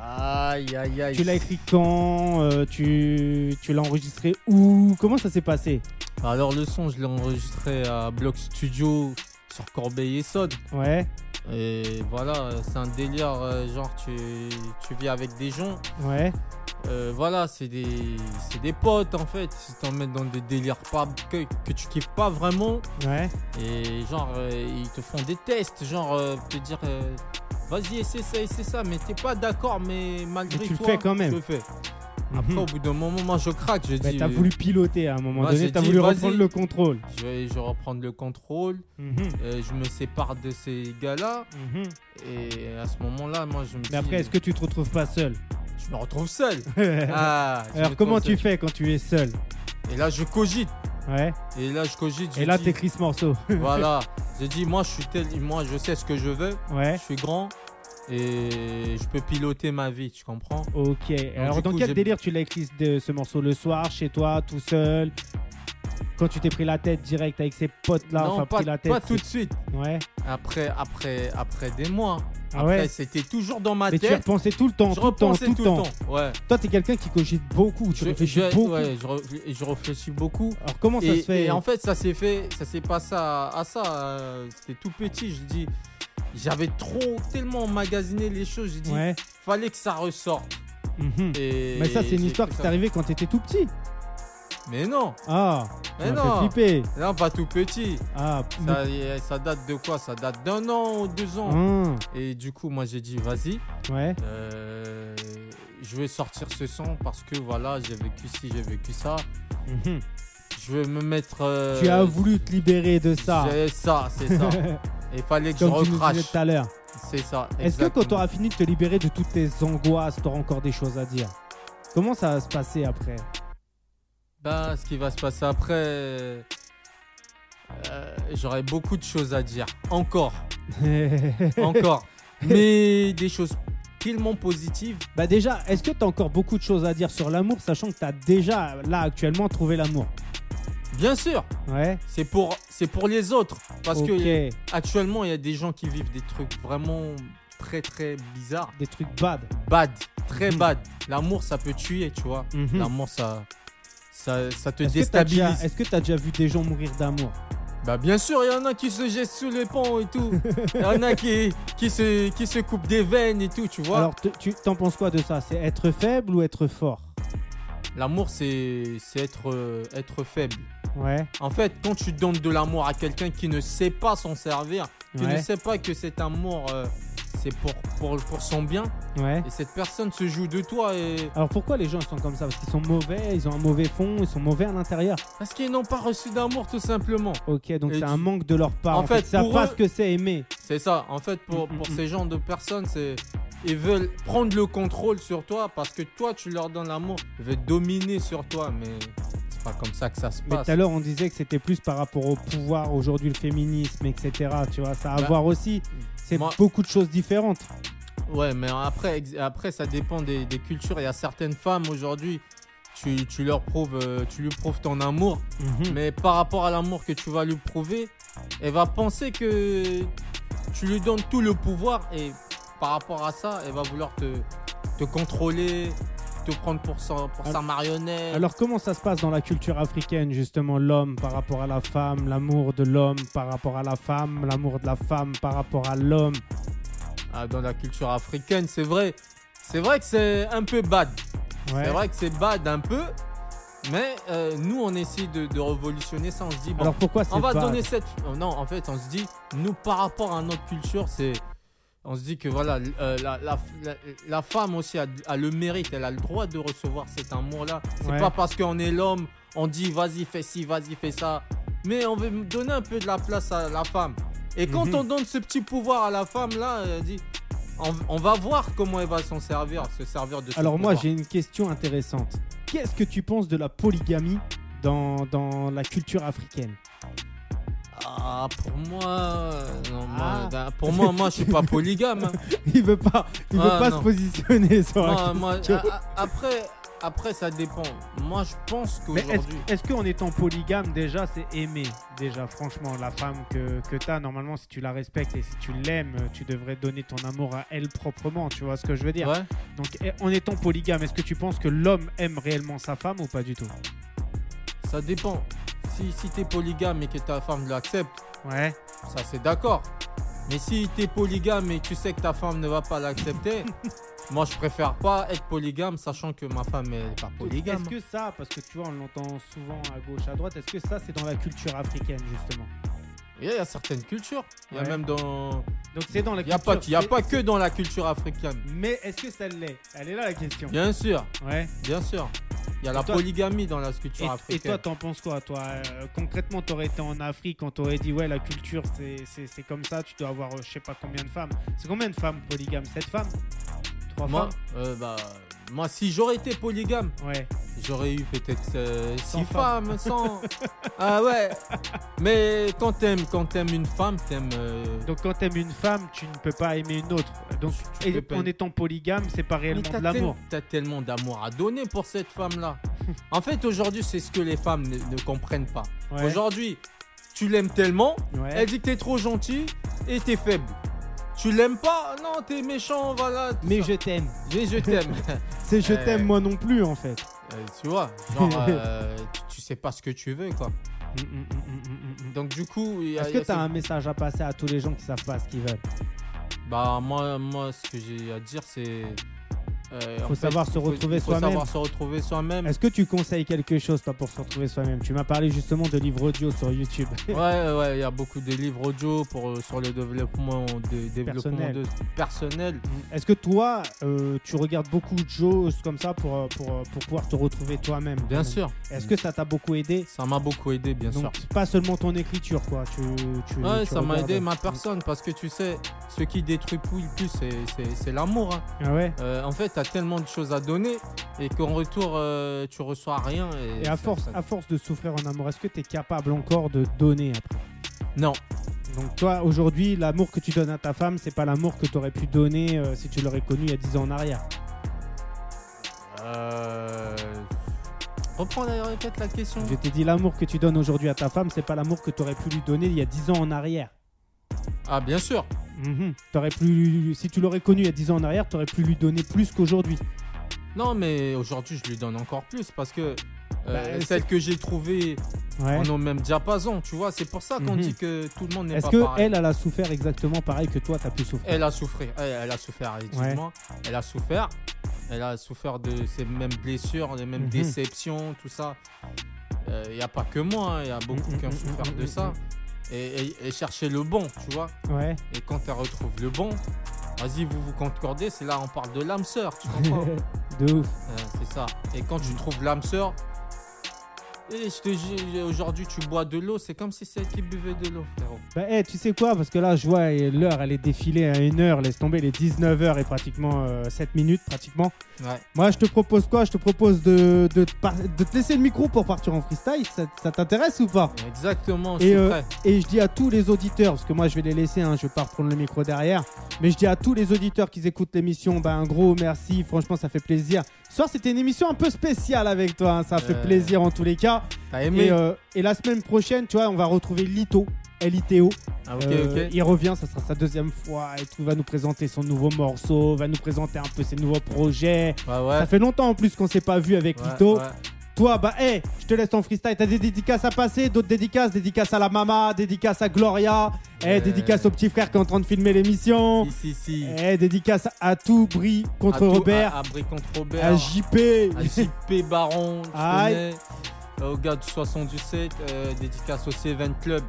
Aïe, aïe, aïe.
Tu l'as écrit quand Euh, Tu, tu l'as enregistré où Comment ça s'est passé
Alors, le son, je l'ai enregistré à Block Studio sur Corbeil-Essonne.
Ouais,
Et voilà, c'est un délire, euh, genre, tu, tu vis avec des gens.
ouais,
Euh, voilà, c'est des, c'est des potes en fait. Ils t'en mettent dans des délires pas, que, que tu kiffes pas vraiment.
ouais.
Et genre, euh, ils te font des tests. Genre, euh, te dire, euh, vas-y, essaie ça, essaie ça. Mais t'es pas d'accord, mais malgré
Mais tu le
toi,
fais quand même.
Tu le fais. Après,
Mhm.
au bout d'un moment, moi je craque. Je
Bah,
dis,
t'as voulu piloter à un moment
moi,
donné,
j'ai
t'as
dit,
voulu
vas-y.
reprendre le contrôle. Mhm.
je vais, je vais reprendre le contrôle. Euh, je me sépare de ces gars-là. Et à ce moment-là, moi je me mhm. dis,
Mais après, est-ce que tu te retrouves pas seul
je me retrouve seul. Ah, je me
Alors, comment
retrouve
tu fais quand tu es seul
seul. Et là, je cogite.
Ouais.
Et là, je cogite. je
Et là,
dis,
t'écris ce morceau.
Voilà, j'ai dit moi je suis tel, moi je sais ce que je veux,
Ouais.
je suis grand et je peux piloter ma vie, tu comprends
Ok. Alors,
du
dans
coup,
quel
j'ai-
délire tu l'as écrit ce- ce morceau Le soir, chez toi, tout seul Quand tu t'es pris la tête direct avec ces potes-là
Non,
Ah, Enfin,
pas,
pris la tête.
pas tout de
c'est-
suite.
Ouais.
Après, après, après des mois,
Ah
Après,
ouais.
c'était toujours dans ma
Mais tu y
tête.
repensais tout le temps,
je
tout le temps,
repensais
tout le temps.
Ouais.
Toi, t'es quelqu'un qui cogite beaucoup, tu
Je,
réfléchis
je-
beaucoup.
ouais, je re- et je réfléchis beaucoup.
Alors comment ça
et,
se fait
et en fait, ça s'est fait, ça s'est passé à, à ça. euh, C'était tout petit. Je dis, j'avais trop tellement emmagasiné les choses. Je dis,
Ouais.
fallait que ça ressorte.
Mhm.
Et
Mais ça, c'est une
j'ai
histoire
fait
qui
ça.
t'est arrivée quand t'étais tout petit.
Mais non,
Ah,
mais
ça
non,
m'a fait flipper.
non, pas tout petit.
Ah,
Ça, y- ça date de quoi Ça date d'un an ou deux ans.
hum,
Et du coup, moi, j'ai dit, vas-y,
ouais.
euh, je vais sortir ce son parce que voilà, j'ai vécu ci, j'ai vécu ça.
Mhm.
Je vais me mettre. euh,
Tu as voulu te libérer de ça.
j'ai- Ça, c'est ça. Il fallait que je
Comme tu nous disais
recrache.
tout à l'heure.
C'est ça.
Est-ce que quand tu
exactement.
auras fini de te libérer de toutes tes angoisses, tu auras encore des choses à dire Comment ça va se passer après
Ben, ce qui va se passer après. euh, J'aurai beaucoup de choses à dire. Encore. Encore. Mais des choses tellement positives.
Bah déjà, est-ce que tu as encore beaucoup de choses à dire sur l'amour, sachant que tu as déjà, là actuellement, trouvé l'amour
Bien sûr,
Ouais.
c'est pour, c'est pour les autres. Parce
ok.
que actuellement, il y a des gens qui vivent des trucs vraiment très très bizarres.
Des trucs bad.
Bad. Très
Mhm.
bad. L'amour, ça peut tuer, tu vois.
Mhm.
L'amour, ça, ça, ça te
Est-ce que t'as déjà-
déstabilise.
Est-ce que tu as déjà vu des gens mourir d'amour
Bah bien sûr, il y en a qui se jettent sous les ponts et tout. Il y en a qui, qui, se, qui se coupent des veines et tout, tu vois.
Alors, te- tu t'en penses quoi de ça C'est être faible ou être fort
L'amour, c'est c'est être, euh, être faible.
Ouais.
En fait, quand tu donnes de l'amour à quelqu'un qui ne sait pas s'en servir, qui
Ouais.
ne sait pas que cet amour, euh, c'est pour, pour, pour son bien,
Ouais.
et cette personne se joue de toi, et
Alors pourquoi les gens ils sont comme ça Parce qu'ils sont mauvais, ils ont un mauvais fond, ils sont mauvais à l'intérieur.
parce qu'ils n'ont pas reçu d'amour tout simplement.
Ok, donc
Et
c'est
tu-
un manque de leur part.
En
En, fait,
fait,
ça
pour
pas
eux-
ce que c'est aimer.
C'est ça, en fait, pour,
Mm,
pour
mm,
ces genres de personnes, c'est ils veulent prendre le contrôle sur toi parce que toi, tu leur donnes l'amour, ils veulent dominer sur toi, mais c'est pas comme ça que ça se
Mais
passe.
tout à l'heure, on disait que c'était plus par rapport au pouvoir, aujourd'hui le féminisme, etc. Tu vois, ça a à
Bah,
voir aussi. C'est
moi-
beaucoup de choses différentes.
Ouais, mais après, ex- après ça dépend des, des cultures. Il y a certaines femmes aujourd'hui, tu, tu leur prouves, euh, tu lui prouves ton amour,
Mhm.
mais par rapport à l'amour que tu vas lui prouver, elle va penser que tu lui donnes tout le pouvoir et par rapport à ça, elle va vouloir te, te contrôler, te prendre pour, sa- pour sa
Alors-
marionnette.
Alors comment ça se passe dans la culture africaine justement l'homme par rapport à la femme, l'amour de l'homme par rapport à la femme, l'amour de la femme par rapport à l'homme
Ah, dans la culture africaine, c'est vrai. C'est vrai que c'est un peu bad.
Ouais.
C'est vrai que c'est bad un peu. Mais euh, nous, on essaie de, de révolutionner ça. On se dit, bon,
Alors pourquoi c'est
on va
bad
donner cette. oh, Non, en fait, on se dit, nous, par rapport à notre culture, c'est. On se dit que voilà, l- euh, la, la- la- la femme aussi a, a le mérite, elle a le droit de recevoir cet amour-là. C'est
Ouais.
pas parce qu'on est l'homme, on dit vas-y, fais ci, vas-y, fais ça. Mais on veut donner un peu de la place à la femme. Et quand
Mhm.
on donne ce petit pouvoir à la femme, là, euh, elle dit on, on va voir comment elle va s'en servir, se servir de ce
Alors moi
pouvoir.
j'ai une question intéressante. Qu'est-ce que tu penses de la polygamie dans, dans la culture africaine
Ah, pour moi. euh, non, moi,
Ah.
d'un- pour moi, moi, je suis pas polygame. hein.
Il veut pas, il veut
Ah,
pas
non.
se positionner sur la
Moi, moi,
question.
a- a- après, après, ça dépend. Moi, je pense
Mais est-ce
qu'aujourd'hui.
est-ce qu'en étant polygame, déjà, c'est aimer Déjà, franchement, la femme que, que tu as, normalement, si tu la respectes et si tu l'aimes, tu devrais donner ton amour à elle proprement, tu vois ce que je veux dire
Ouais.
Donc, eh, en étant polygame, est-ce que tu penses que l'homme aime réellement sa femme ou pas du tout
Ça dépend. Si, si t'es polygame et que ta femme l'accepte,
Ouais.
ça c'est d'accord. Mais si t'es polygame et tu sais que ta femme ne va pas l'accepter, moi je préfère pas être polygame sachant que ma femme elle est pas polygame.
Est-ce que ça, parce que tu vois, on l'entend souvent à gauche, à droite, est-ce que ça, c'est dans la culture africaine, justement
Il y a- il y a certaines cultures. Il y
Ouais.
a même dans.
Donc, c'est dans la
Il n'y a,
culture.
pas- il y a
c'est-
pas que dans la culture africaine.
Mais est-ce que ça l'est Elle est là la question.
Bien sûr,
Ouais.
bien sûr. Il y a la
toi-
polygamie dans la culture
Et, et
africaine.
toi, t'en penses quoi, toi Euh, Concrètement, t'aurais été en Afrique, on t'aurait dit, ouais, la culture, c'est- c'est c'est comme ça, tu dois avoir euh, je sais pas combien de femmes. C'est combien de femmes polygames 7 femmes 3
moi,
femmes
euh, bah, moi, si j'aurais été polygame,
Ouais.
J'aurais eu peut-être euh, six
femmes.
femmes, sans. ah ouais. Mais quand t'aimes, quand t'aimes une femme, t'aimes. euh,
Donc, quand t'aimes une femme, tu ne peux pas aimer une autre. Donc,
Tu
et-
peux pas-
en étant polygame, c'est pas
mais
réellement
t'as
de l'amour.
tel- T'as tellement d'amour à donner pour cette femme-là. en fait, aujourd'hui, c'est ce que les femmes ne, ne comprennent pas.
Ouais.
Aujourd'hui, tu l'aimes tellement,
Ouais.
elle dit que t'es trop gentil et t'es faible. Tu l'aimes pas Non, t'es méchant, voilà. tout
Mais
ça.
je t'aime.
Mais je t'aime.
C'est je
Ouais.
t'aime moi non plus en fait.
Euh, tu vois, genre, euh, tu- tu sais pas ce que tu veux, quoi.
Mm, mm, mm, mm, mm, mm.
Donc, du coup, il y a-
Est-ce
il y
que
a
t'as
ce-
un message à passer à tous les gens qui savent pas ce qu'ils veulent
Bah, moi, moi, ce que j'ai à dire, c'est. euh, en
Faut savoir se
il faut-
retrouver
il faut
soi-même.
savoir se retrouver soi-même.
Est-ce que tu conseilles quelque chose toi pour se retrouver soi-même Tu m'as parlé justement de livres audio sur YouTube.
Ouais, ouais, il y a beaucoup de livres audio pour, euh, sur le développement, de, développement
Personnel.
De, personnel.
Est-ce que toi, euh, tu regardes beaucoup de choses comme ça pour, euh, pour, euh, pour pouvoir te retrouver toi-même
Bien sûr,
Est-ce que ça t'a beaucoup aidé
ça m'a beaucoup aidé, bien sûr.
Donc, pas seulement ton écriture, quoi. Tu, tu,
Ouais,
tu
ça m'a
regardes-
aidé ma personne parce que tu sais, ce qui détruit plus, plus, c'est- c'est c'est l'amour. hein.
Ah ouais
Euh, en fait, t'as tellement de choses à donner et qu'en retour, euh, tu reçois rien. Et,
Et à
ça-
force,
ça-
à force de souffrir en amour, est-ce que tu es capable encore de donner après
Non,
Donc toi, aujourd'hui, l'amour que tu donnes à ta femme, c'est pas l'amour que tu aurais pu donner euh, si tu l'aurais connu il y a 10 ans en arrière.
Euh... Reprends et répète la question.
Je t'ai dit, l'amour que tu donnes aujourd'hui à ta femme, c'est pas l'amour que tu aurais pu lui donner il y a 10 ans en arrière.
Ah, bien sûr.
Mhm. T'aurais plus, si tu l'aurais connu il y a 10 ans en arrière, tu aurais pu lui donner plus qu'aujourd'hui.
Non, mais aujourd'hui, je lui donne encore plus parce que euh,
Bah,
celle que j'ai trouvée
Ouais.
en ont même diapason, tu vois. C'est pour ça qu'on
Mhm.
dit que tout le monde n'est
Est-ce
pas
que
pareil.
elle, elle a souffert exactement pareil que toi, t'as pu souffrir
Elle a souffert. Elle, elle a souffert, excuse-moi. Elle a souffert. Elle a souffert de ces mêmes blessures, des mêmes
Mhm.
déceptions, tout ça. Il n'y a pas que moi, il y a beaucoup
Mhm,
qui ont
mhm,
souffert
mhm,
de
mhm,
ça. Et, et- et chercher le bon, tu vois.
Ouais.
Et quand tu retrouves le bon, vas-y, vous vous concordez, c'est là on parle de l'âme sœur, tu comprends
De ouf.
Euh, C'est ça. Et quand tu trouves l'âme sœur, et je te jure, aujourd'hui tu bois de l'eau, c'est comme si c'est elle qui buvait de l'eau, frérot.
Bah, eh, tu sais quoi Parce que là, je vois eh, l'heure, elle est défilée à une heure, laisse tomber, les 19h et pratiquement euh, 7 minutes, pratiquement.
Ouais.
Moi, je te propose quoi Je te propose de, de, te par- de te laisser le micro pour partir en freestyle. Ça, ça t'intéresse ou pas
Exactement, je
Et,
suis
euh,
prêt.
Et je dis à tous les auditeurs, parce que moi, je vais les laisser, hein, je vais pas reprendre le micro derrière, mais je dis à tous les auditeurs qui écoutent l'émission, bah, un gros merci, franchement, ça fait plaisir. Ce soir, c'était une émission un peu spéciale avec toi, hein, ça fait
Euh,
plaisir en tous les cas.
T'as
Et,
aimé
euh, et la semaine prochaine, tu vois, on va retrouver Lito. L-I-T-O.
Ah, Ok,
Euh,
ok.
Il revient, ça sera sa deuxième fois et tout. Va nous présenter son nouveau morceau, va nous présenter un peu ses nouveaux projets.
Ouais, ouais.
Ça fait longtemps en plus qu'on s'est pas vu avec
Ouais,
Lito.
ouais.
Toi, bah, hé, je te laisse ton freestyle. T'as des dédicaces à passer, d'autres dédicaces, dédicaces à la mama, dédicaces à Gloria, eh,
Ouais.
dédicaces au petit frère qui est en train de filmer l'émission,
Si, si, si.
eh, dédicaces à tout Brie
À
contre
tout-
Robert,
À, à Brie contre Robert.
à, JP.
à JP Baron, tu
Aïe.
connais. Euh, Au gars du 77, euh, dédicace au C20 Club.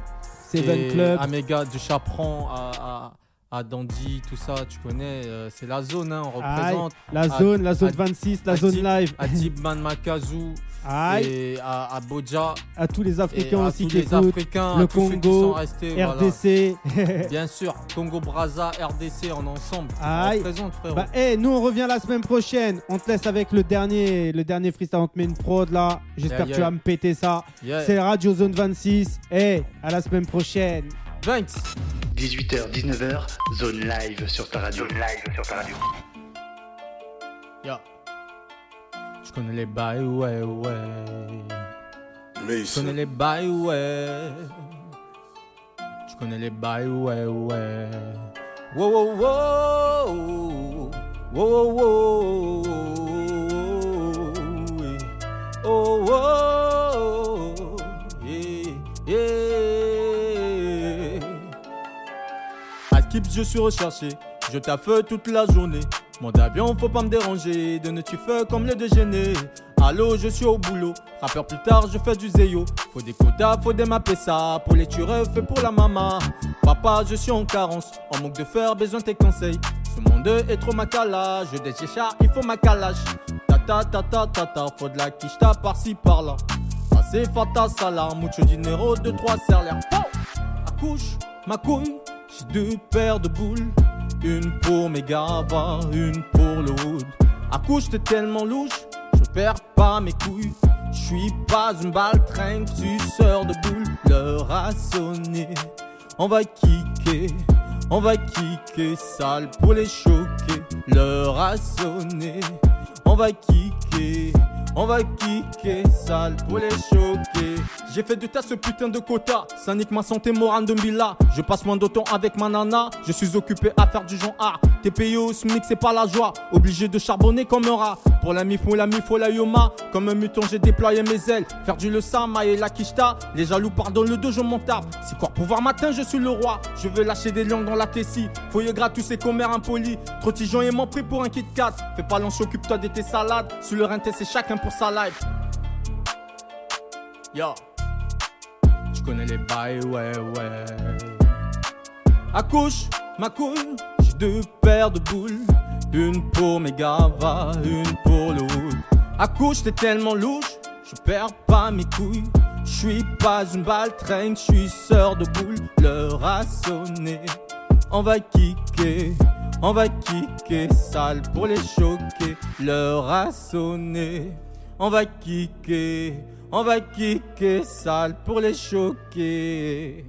Seven
Et
Club.
À mes gars du Chaperon, à, à, à Dandy, tout ça, tu connais. euh, c'est la zone, hein, on
Aïe.
représente.
la zone, la zone
à-
26, la
à
zone
Tip-
live.
À Tibman Makazu,
Aïe,
et à, à Boja,
à tous les
et
Africains
à
aussi
tous
qui
les
écoutent.
Africains,
le
à tous ceux qui
Congo,
sont restés. voilà.
RDC.
Bien sûr, Congo Braza, RDC en ensemble.
Aïe.
On représente, frérot.
Bah, hey, nous on revient la semaine prochaine. On te laisse avec le dernier, le dernier freestyle. On te met une prod là. J'espère
Yeah,
que
yeah.
tu vas me péter ça.
Yeah.
C'est Radio Zone 26. Hey, à la semaine prochaine.
Thanks.
18h, 19h, zone live sur ta radio. live sur ta radio.
Yo. Je connais les bails, ouais, ouais. Je connais
Mason,
les bails, ouais. Je connais les bails, ouais, ouais. Wow, wow, wow. Wow, wow, wow. Yeah. Oh, wow. Yeah, yeah. À Skip, je suis recherché. Je taffe toute la journée. Mon avion, faut pas me déranger. De ne tu fais comme le déjeuner. Allô, je suis au boulot. Rappeur plus tard, je fais du zéyo. Faut des quotas, faut des mapper ça. Pour les tueurs, fait pour la maman. Papa, je suis en carence. En manque de fer, besoin de tes conseils. Ce monde est trop macala. Je déchicha, il faut ma calage. Tata, tata, tata. Faut de la quicheta par-ci, par-là. Assez fata, sala. Mucho dinero, deux, trois, serre l'air. Oh Accouche, ma couille, j'ai deux paires de boules. Une pour mes gavas, une pour le wood. Accouche, t'es tellement louche, je perds pas mes couilles. Je suis pas une balle traîne, suceur de boules. L'heure a sonné, on va kicker, on va kicker sale pour les choquer. L'heure a sonné, on va kicker, On va kicker sale pour les choquer. J'ai fait du tas ce putain de quota. Ça nique ma santé morale de Mila. Je passe moins de temps avec ma nana. Je suis occupé à faire du genre A. T'es payé au SMIC, c'est pas la joie. Obligé de charbonner comme un rat. Pour la mifou, la mifou, la yoma. Comme un mutant, j'ai déployé mes ailes. Faire du le sama et la kishta. Les jaloux, pardon, le deux, je m'en tape. C'est quoi pouvoir matin, je suis le roi. Je veux lâcher des langues dans la tessie. Foyer gratus et commère impoli. Trottigeon et m'en pris pour un Kit Kat. Fais pas l'anche, occupe-toi de tes salades. Sur le rinté, c'est chacun pour sa life. Yo, tu connais les bails, ouais, ouais. Accouche, ma couille, j'ai deux paires de boules. Une pour mes gavas, une pour le wood. Accouche, t'es tellement louche, je perds pas mes couilles. Je suis pas une balle traîne, je suis sœur de boule. L'heure a sonné, on va kicker. On va kicker sale pour les choquer. L'heure a sonné. On va kicker. On va kicker sale pour les choquer.